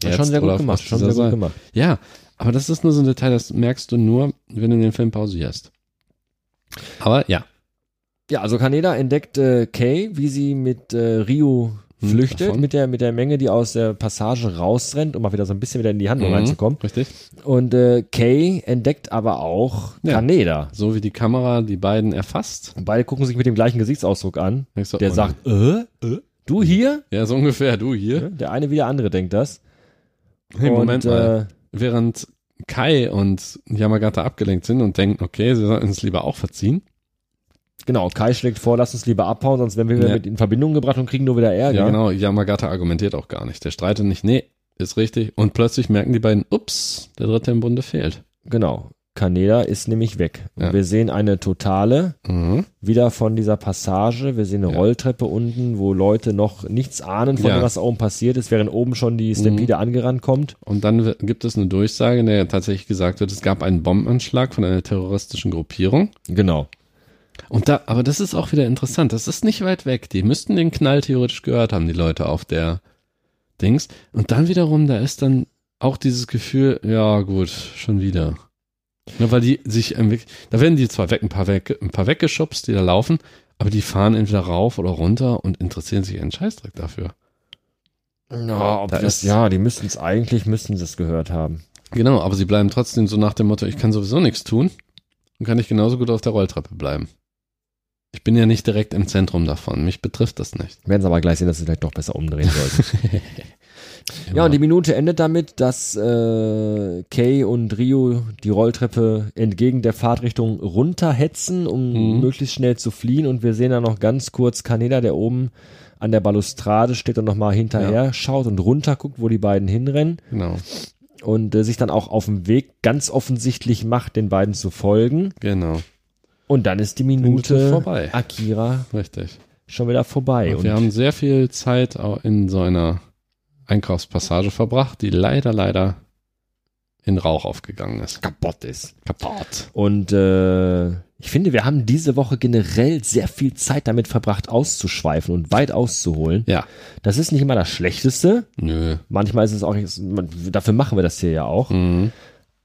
[SPEAKER 2] Ja, schon sehr
[SPEAKER 3] oder
[SPEAKER 2] gut
[SPEAKER 3] aus
[SPEAKER 2] gemacht. Schon
[SPEAKER 3] dieser
[SPEAKER 2] sehr gut
[SPEAKER 3] Seite.
[SPEAKER 2] gemacht.
[SPEAKER 3] Ja, aber das ist nur so ein Detail, das merkst du nur, wenn du den Film pausierst. Aber ja,
[SPEAKER 2] Ja, also Kaneda entdeckt äh, Kay, wie sie mit äh, Ryu
[SPEAKER 3] Hm,
[SPEAKER 2] flüchtet,
[SPEAKER 3] davon.
[SPEAKER 2] mit der, mit der Menge, die aus der Passage rausrennt, um mal wieder so ein bisschen wieder in die Handlung
[SPEAKER 3] Mhm.
[SPEAKER 2] reinzukommen.
[SPEAKER 3] richtig.
[SPEAKER 2] Und äh, Kay entdeckt aber auch
[SPEAKER 3] Ja.
[SPEAKER 2] Kaneda.
[SPEAKER 3] So wie die Kamera die beiden erfasst.
[SPEAKER 2] Und beide gucken sich mit dem gleichen Gesichtsausdruck an.
[SPEAKER 3] denkst du,
[SPEAKER 2] Der
[SPEAKER 3] oh, Mhm.
[SPEAKER 2] sagt, äh, äh, du hier?
[SPEAKER 3] Ja, so ungefähr, du hier.
[SPEAKER 2] Der eine wie der andere denkt das.
[SPEAKER 3] Hey, Moment
[SPEAKER 2] und,
[SPEAKER 3] mal.
[SPEAKER 2] Äh,
[SPEAKER 3] während Kai und Yamagata abgelenkt sind und denken, okay, sie sollten es lieber auch verziehen.
[SPEAKER 2] genau, Kai schlägt vor, lass uns lieber abhauen, sonst werden wir wieder
[SPEAKER 3] Ja.
[SPEAKER 2] mit in Verbindung gebracht und kriegen nur wieder Ärger.
[SPEAKER 3] Ja, genau, Yamagata argumentiert auch gar nicht. Der streitet nicht, nee, ist richtig. Und plötzlich merken die beiden, ups, der dritte im Bunde fehlt.
[SPEAKER 2] Genau. Kaneda ist nämlich weg. Und
[SPEAKER 3] Ja.
[SPEAKER 2] wir sehen eine totale,
[SPEAKER 3] Mhm.
[SPEAKER 2] wieder von dieser Passage. Wir sehen eine
[SPEAKER 3] Ja.
[SPEAKER 2] Rolltreppe unten, wo Leute noch nichts ahnen von
[SPEAKER 3] Ja. Mhm.
[SPEAKER 2] dem, was da oben passiert ist, während oben schon die Stampede angerannt kommt.
[SPEAKER 3] Und dann w- gibt es eine Durchsage, in der tatsächlich gesagt wird, es gab einen Bombenanschlag von einer terroristischen Gruppierung.
[SPEAKER 2] Genau.
[SPEAKER 3] Und da, aber das ist auch wieder interessant. Das ist nicht weit weg. Die müssten den Knall theoretisch gehört haben, die Leute auf der Dings. Und dann wiederum, da ist dann auch dieses Gefühl, ja gut, schon wieder. Ja, weil die sich, im Weg- da werden die zwar weg, ein paar weg, ein paar weggeschubst, die da laufen, aber die fahren entweder rauf oder runter und interessieren sich einen Scheißdreck dafür.
[SPEAKER 2] Ja,
[SPEAKER 3] Da ist-
[SPEAKER 2] ja die müssten es eigentlich, müssten sie es gehört haben.
[SPEAKER 3] Genau, aber sie bleiben trotzdem so nach dem Motto, ich kann sowieso nichts tun und kann ich genauso gut auf der Rolltreppe bleiben. Ich bin ja nicht direkt im Zentrum davon, mich betrifft das nicht.
[SPEAKER 2] Werden sie aber gleich sehen, dass sie vielleicht doch besser umdrehen sollten. ja, und die Minute endet damit, dass äh, Kay und Rio die Rolltreppe entgegen der Fahrtrichtung runterhetzen, um
[SPEAKER 3] Mhm.
[SPEAKER 2] möglichst schnell zu fliehen. Und wir sehen dann noch ganz kurz Kaneda, der oben an der Balustrade steht und nochmal hinterher schaut und runter guckt, wo die beiden hinrennen
[SPEAKER 3] Genau,
[SPEAKER 2] und äh, sich dann auch auf dem Weg ganz offensichtlich macht, den beiden zu folgen.
[SPEAKER 3] genau,
[SPEAKER 2] Und dann ist die
[SPEAKER 3] Minute
[SPEAKER 2] Minute
[SPEAKER 3] vorbei.
[SPEAKER 2] Akira
[SPEAKER 3] richtig.
[SPEAKER 2] schon wieder vorbei.
[SPEAKER 3] Und wir haben sehr viel Zeit auch in so einer Einkaufspassage verbracht, die leider, leider in Rauch aufgegangen ist.
[SPEAKER 2] kaputt ist.
[SPEAKER 3] Kaputt.
[SPEAKER 2] Und äh, ich finde, wir haben diese Woche generell sehr viel Zeit damit verbracht, auszuschweifen und weit auszuholen.
[SPEAKER 3] Ja,
[SPEAKER 2] Das ist nicht immer das Schlechteste.
[SPEAKER 3] nö.
[SPEAKER 2] Manchmal ist es auch, ist- man- dafür machen wir das hier ja auch.
[SPEAKER 3] Mhm.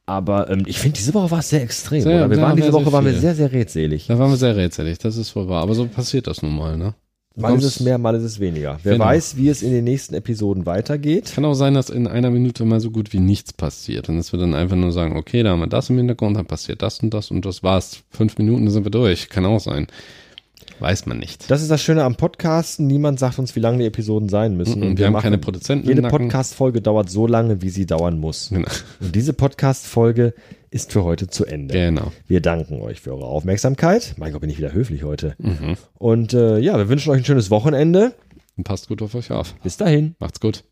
[SPEAKER 2] Aber ähm, ich finde, diese Woche war es sehr extrem.
[SPEAKER 3] Sehr,
[SPEAKER 2] oder? Wir
[SPEAKER 3] da
[SPEAKER 2] waren
[SPEAKER 3] haben wir
[SPEAKER 2] diese
[SPEAKER 3] sehr
[SPEAKER 2] Woche waren wir
[SPEAKER 3] viel.
[SPEAKER 2] sehr, sehr redselig.
[SPEAKER 3] Da waren wir sehr rätselig, das ist wohl wahr. Aber so passiert das nun mal, ne? Du
[SPEAKER 2] Mal ist
[SPEAKER 3] kommst-
[SPEAKER 2] es mehr, mal ist es weniger. Wer
[SPEAKER 3] Genau.
[SPEAKER 2] weiß, wie es in den nächsten Episoden weitergeht.
[SPEAKER 3] Kann auch sein, dass in einer Minute mal so gut wie nichts passiert. Und dass wir dann einfach nur sagen, okay, da haben wir das im Hintergrund, dann passiert das und das und das war's. Fünf Minuten dann sind wir durch. Kann auch sein. Weiß man nicht.
[SPEAKER 2] Das ist das Schöne am Podcasten. Niemand sagt uns, wie lange die Episoden sein müssen.
[SPEAKER 3] Mhm, wir haben keine Produzenten im
[SPEAKER 2] Jede
[SPEAKER 3] Nacken.
[SPEAKER 2] Podcast-Folge dauert so lange, wie sie dauern muss.
[SPEAKER 3] Genau.
[SPEAKER 2] Und diese Podcast-Folge ist für heute zu Ende.
[SPEAKER 3] genau.
[SPEAKER 2] Wir danken euch für eure Aufmerksamkeit. Mein Gott, bin ich wieder höflich heute.
[SPEAKER 3] Mhm.
[SPEAKER 2] Und äh, ja, wir wünschen euch ein schönes Wochenende.
[SPEAKER 3] Und passt gut auf euch auf.
[SPEAKER 2] Bis dahin.
[SPEAKER 3] Macht's gut.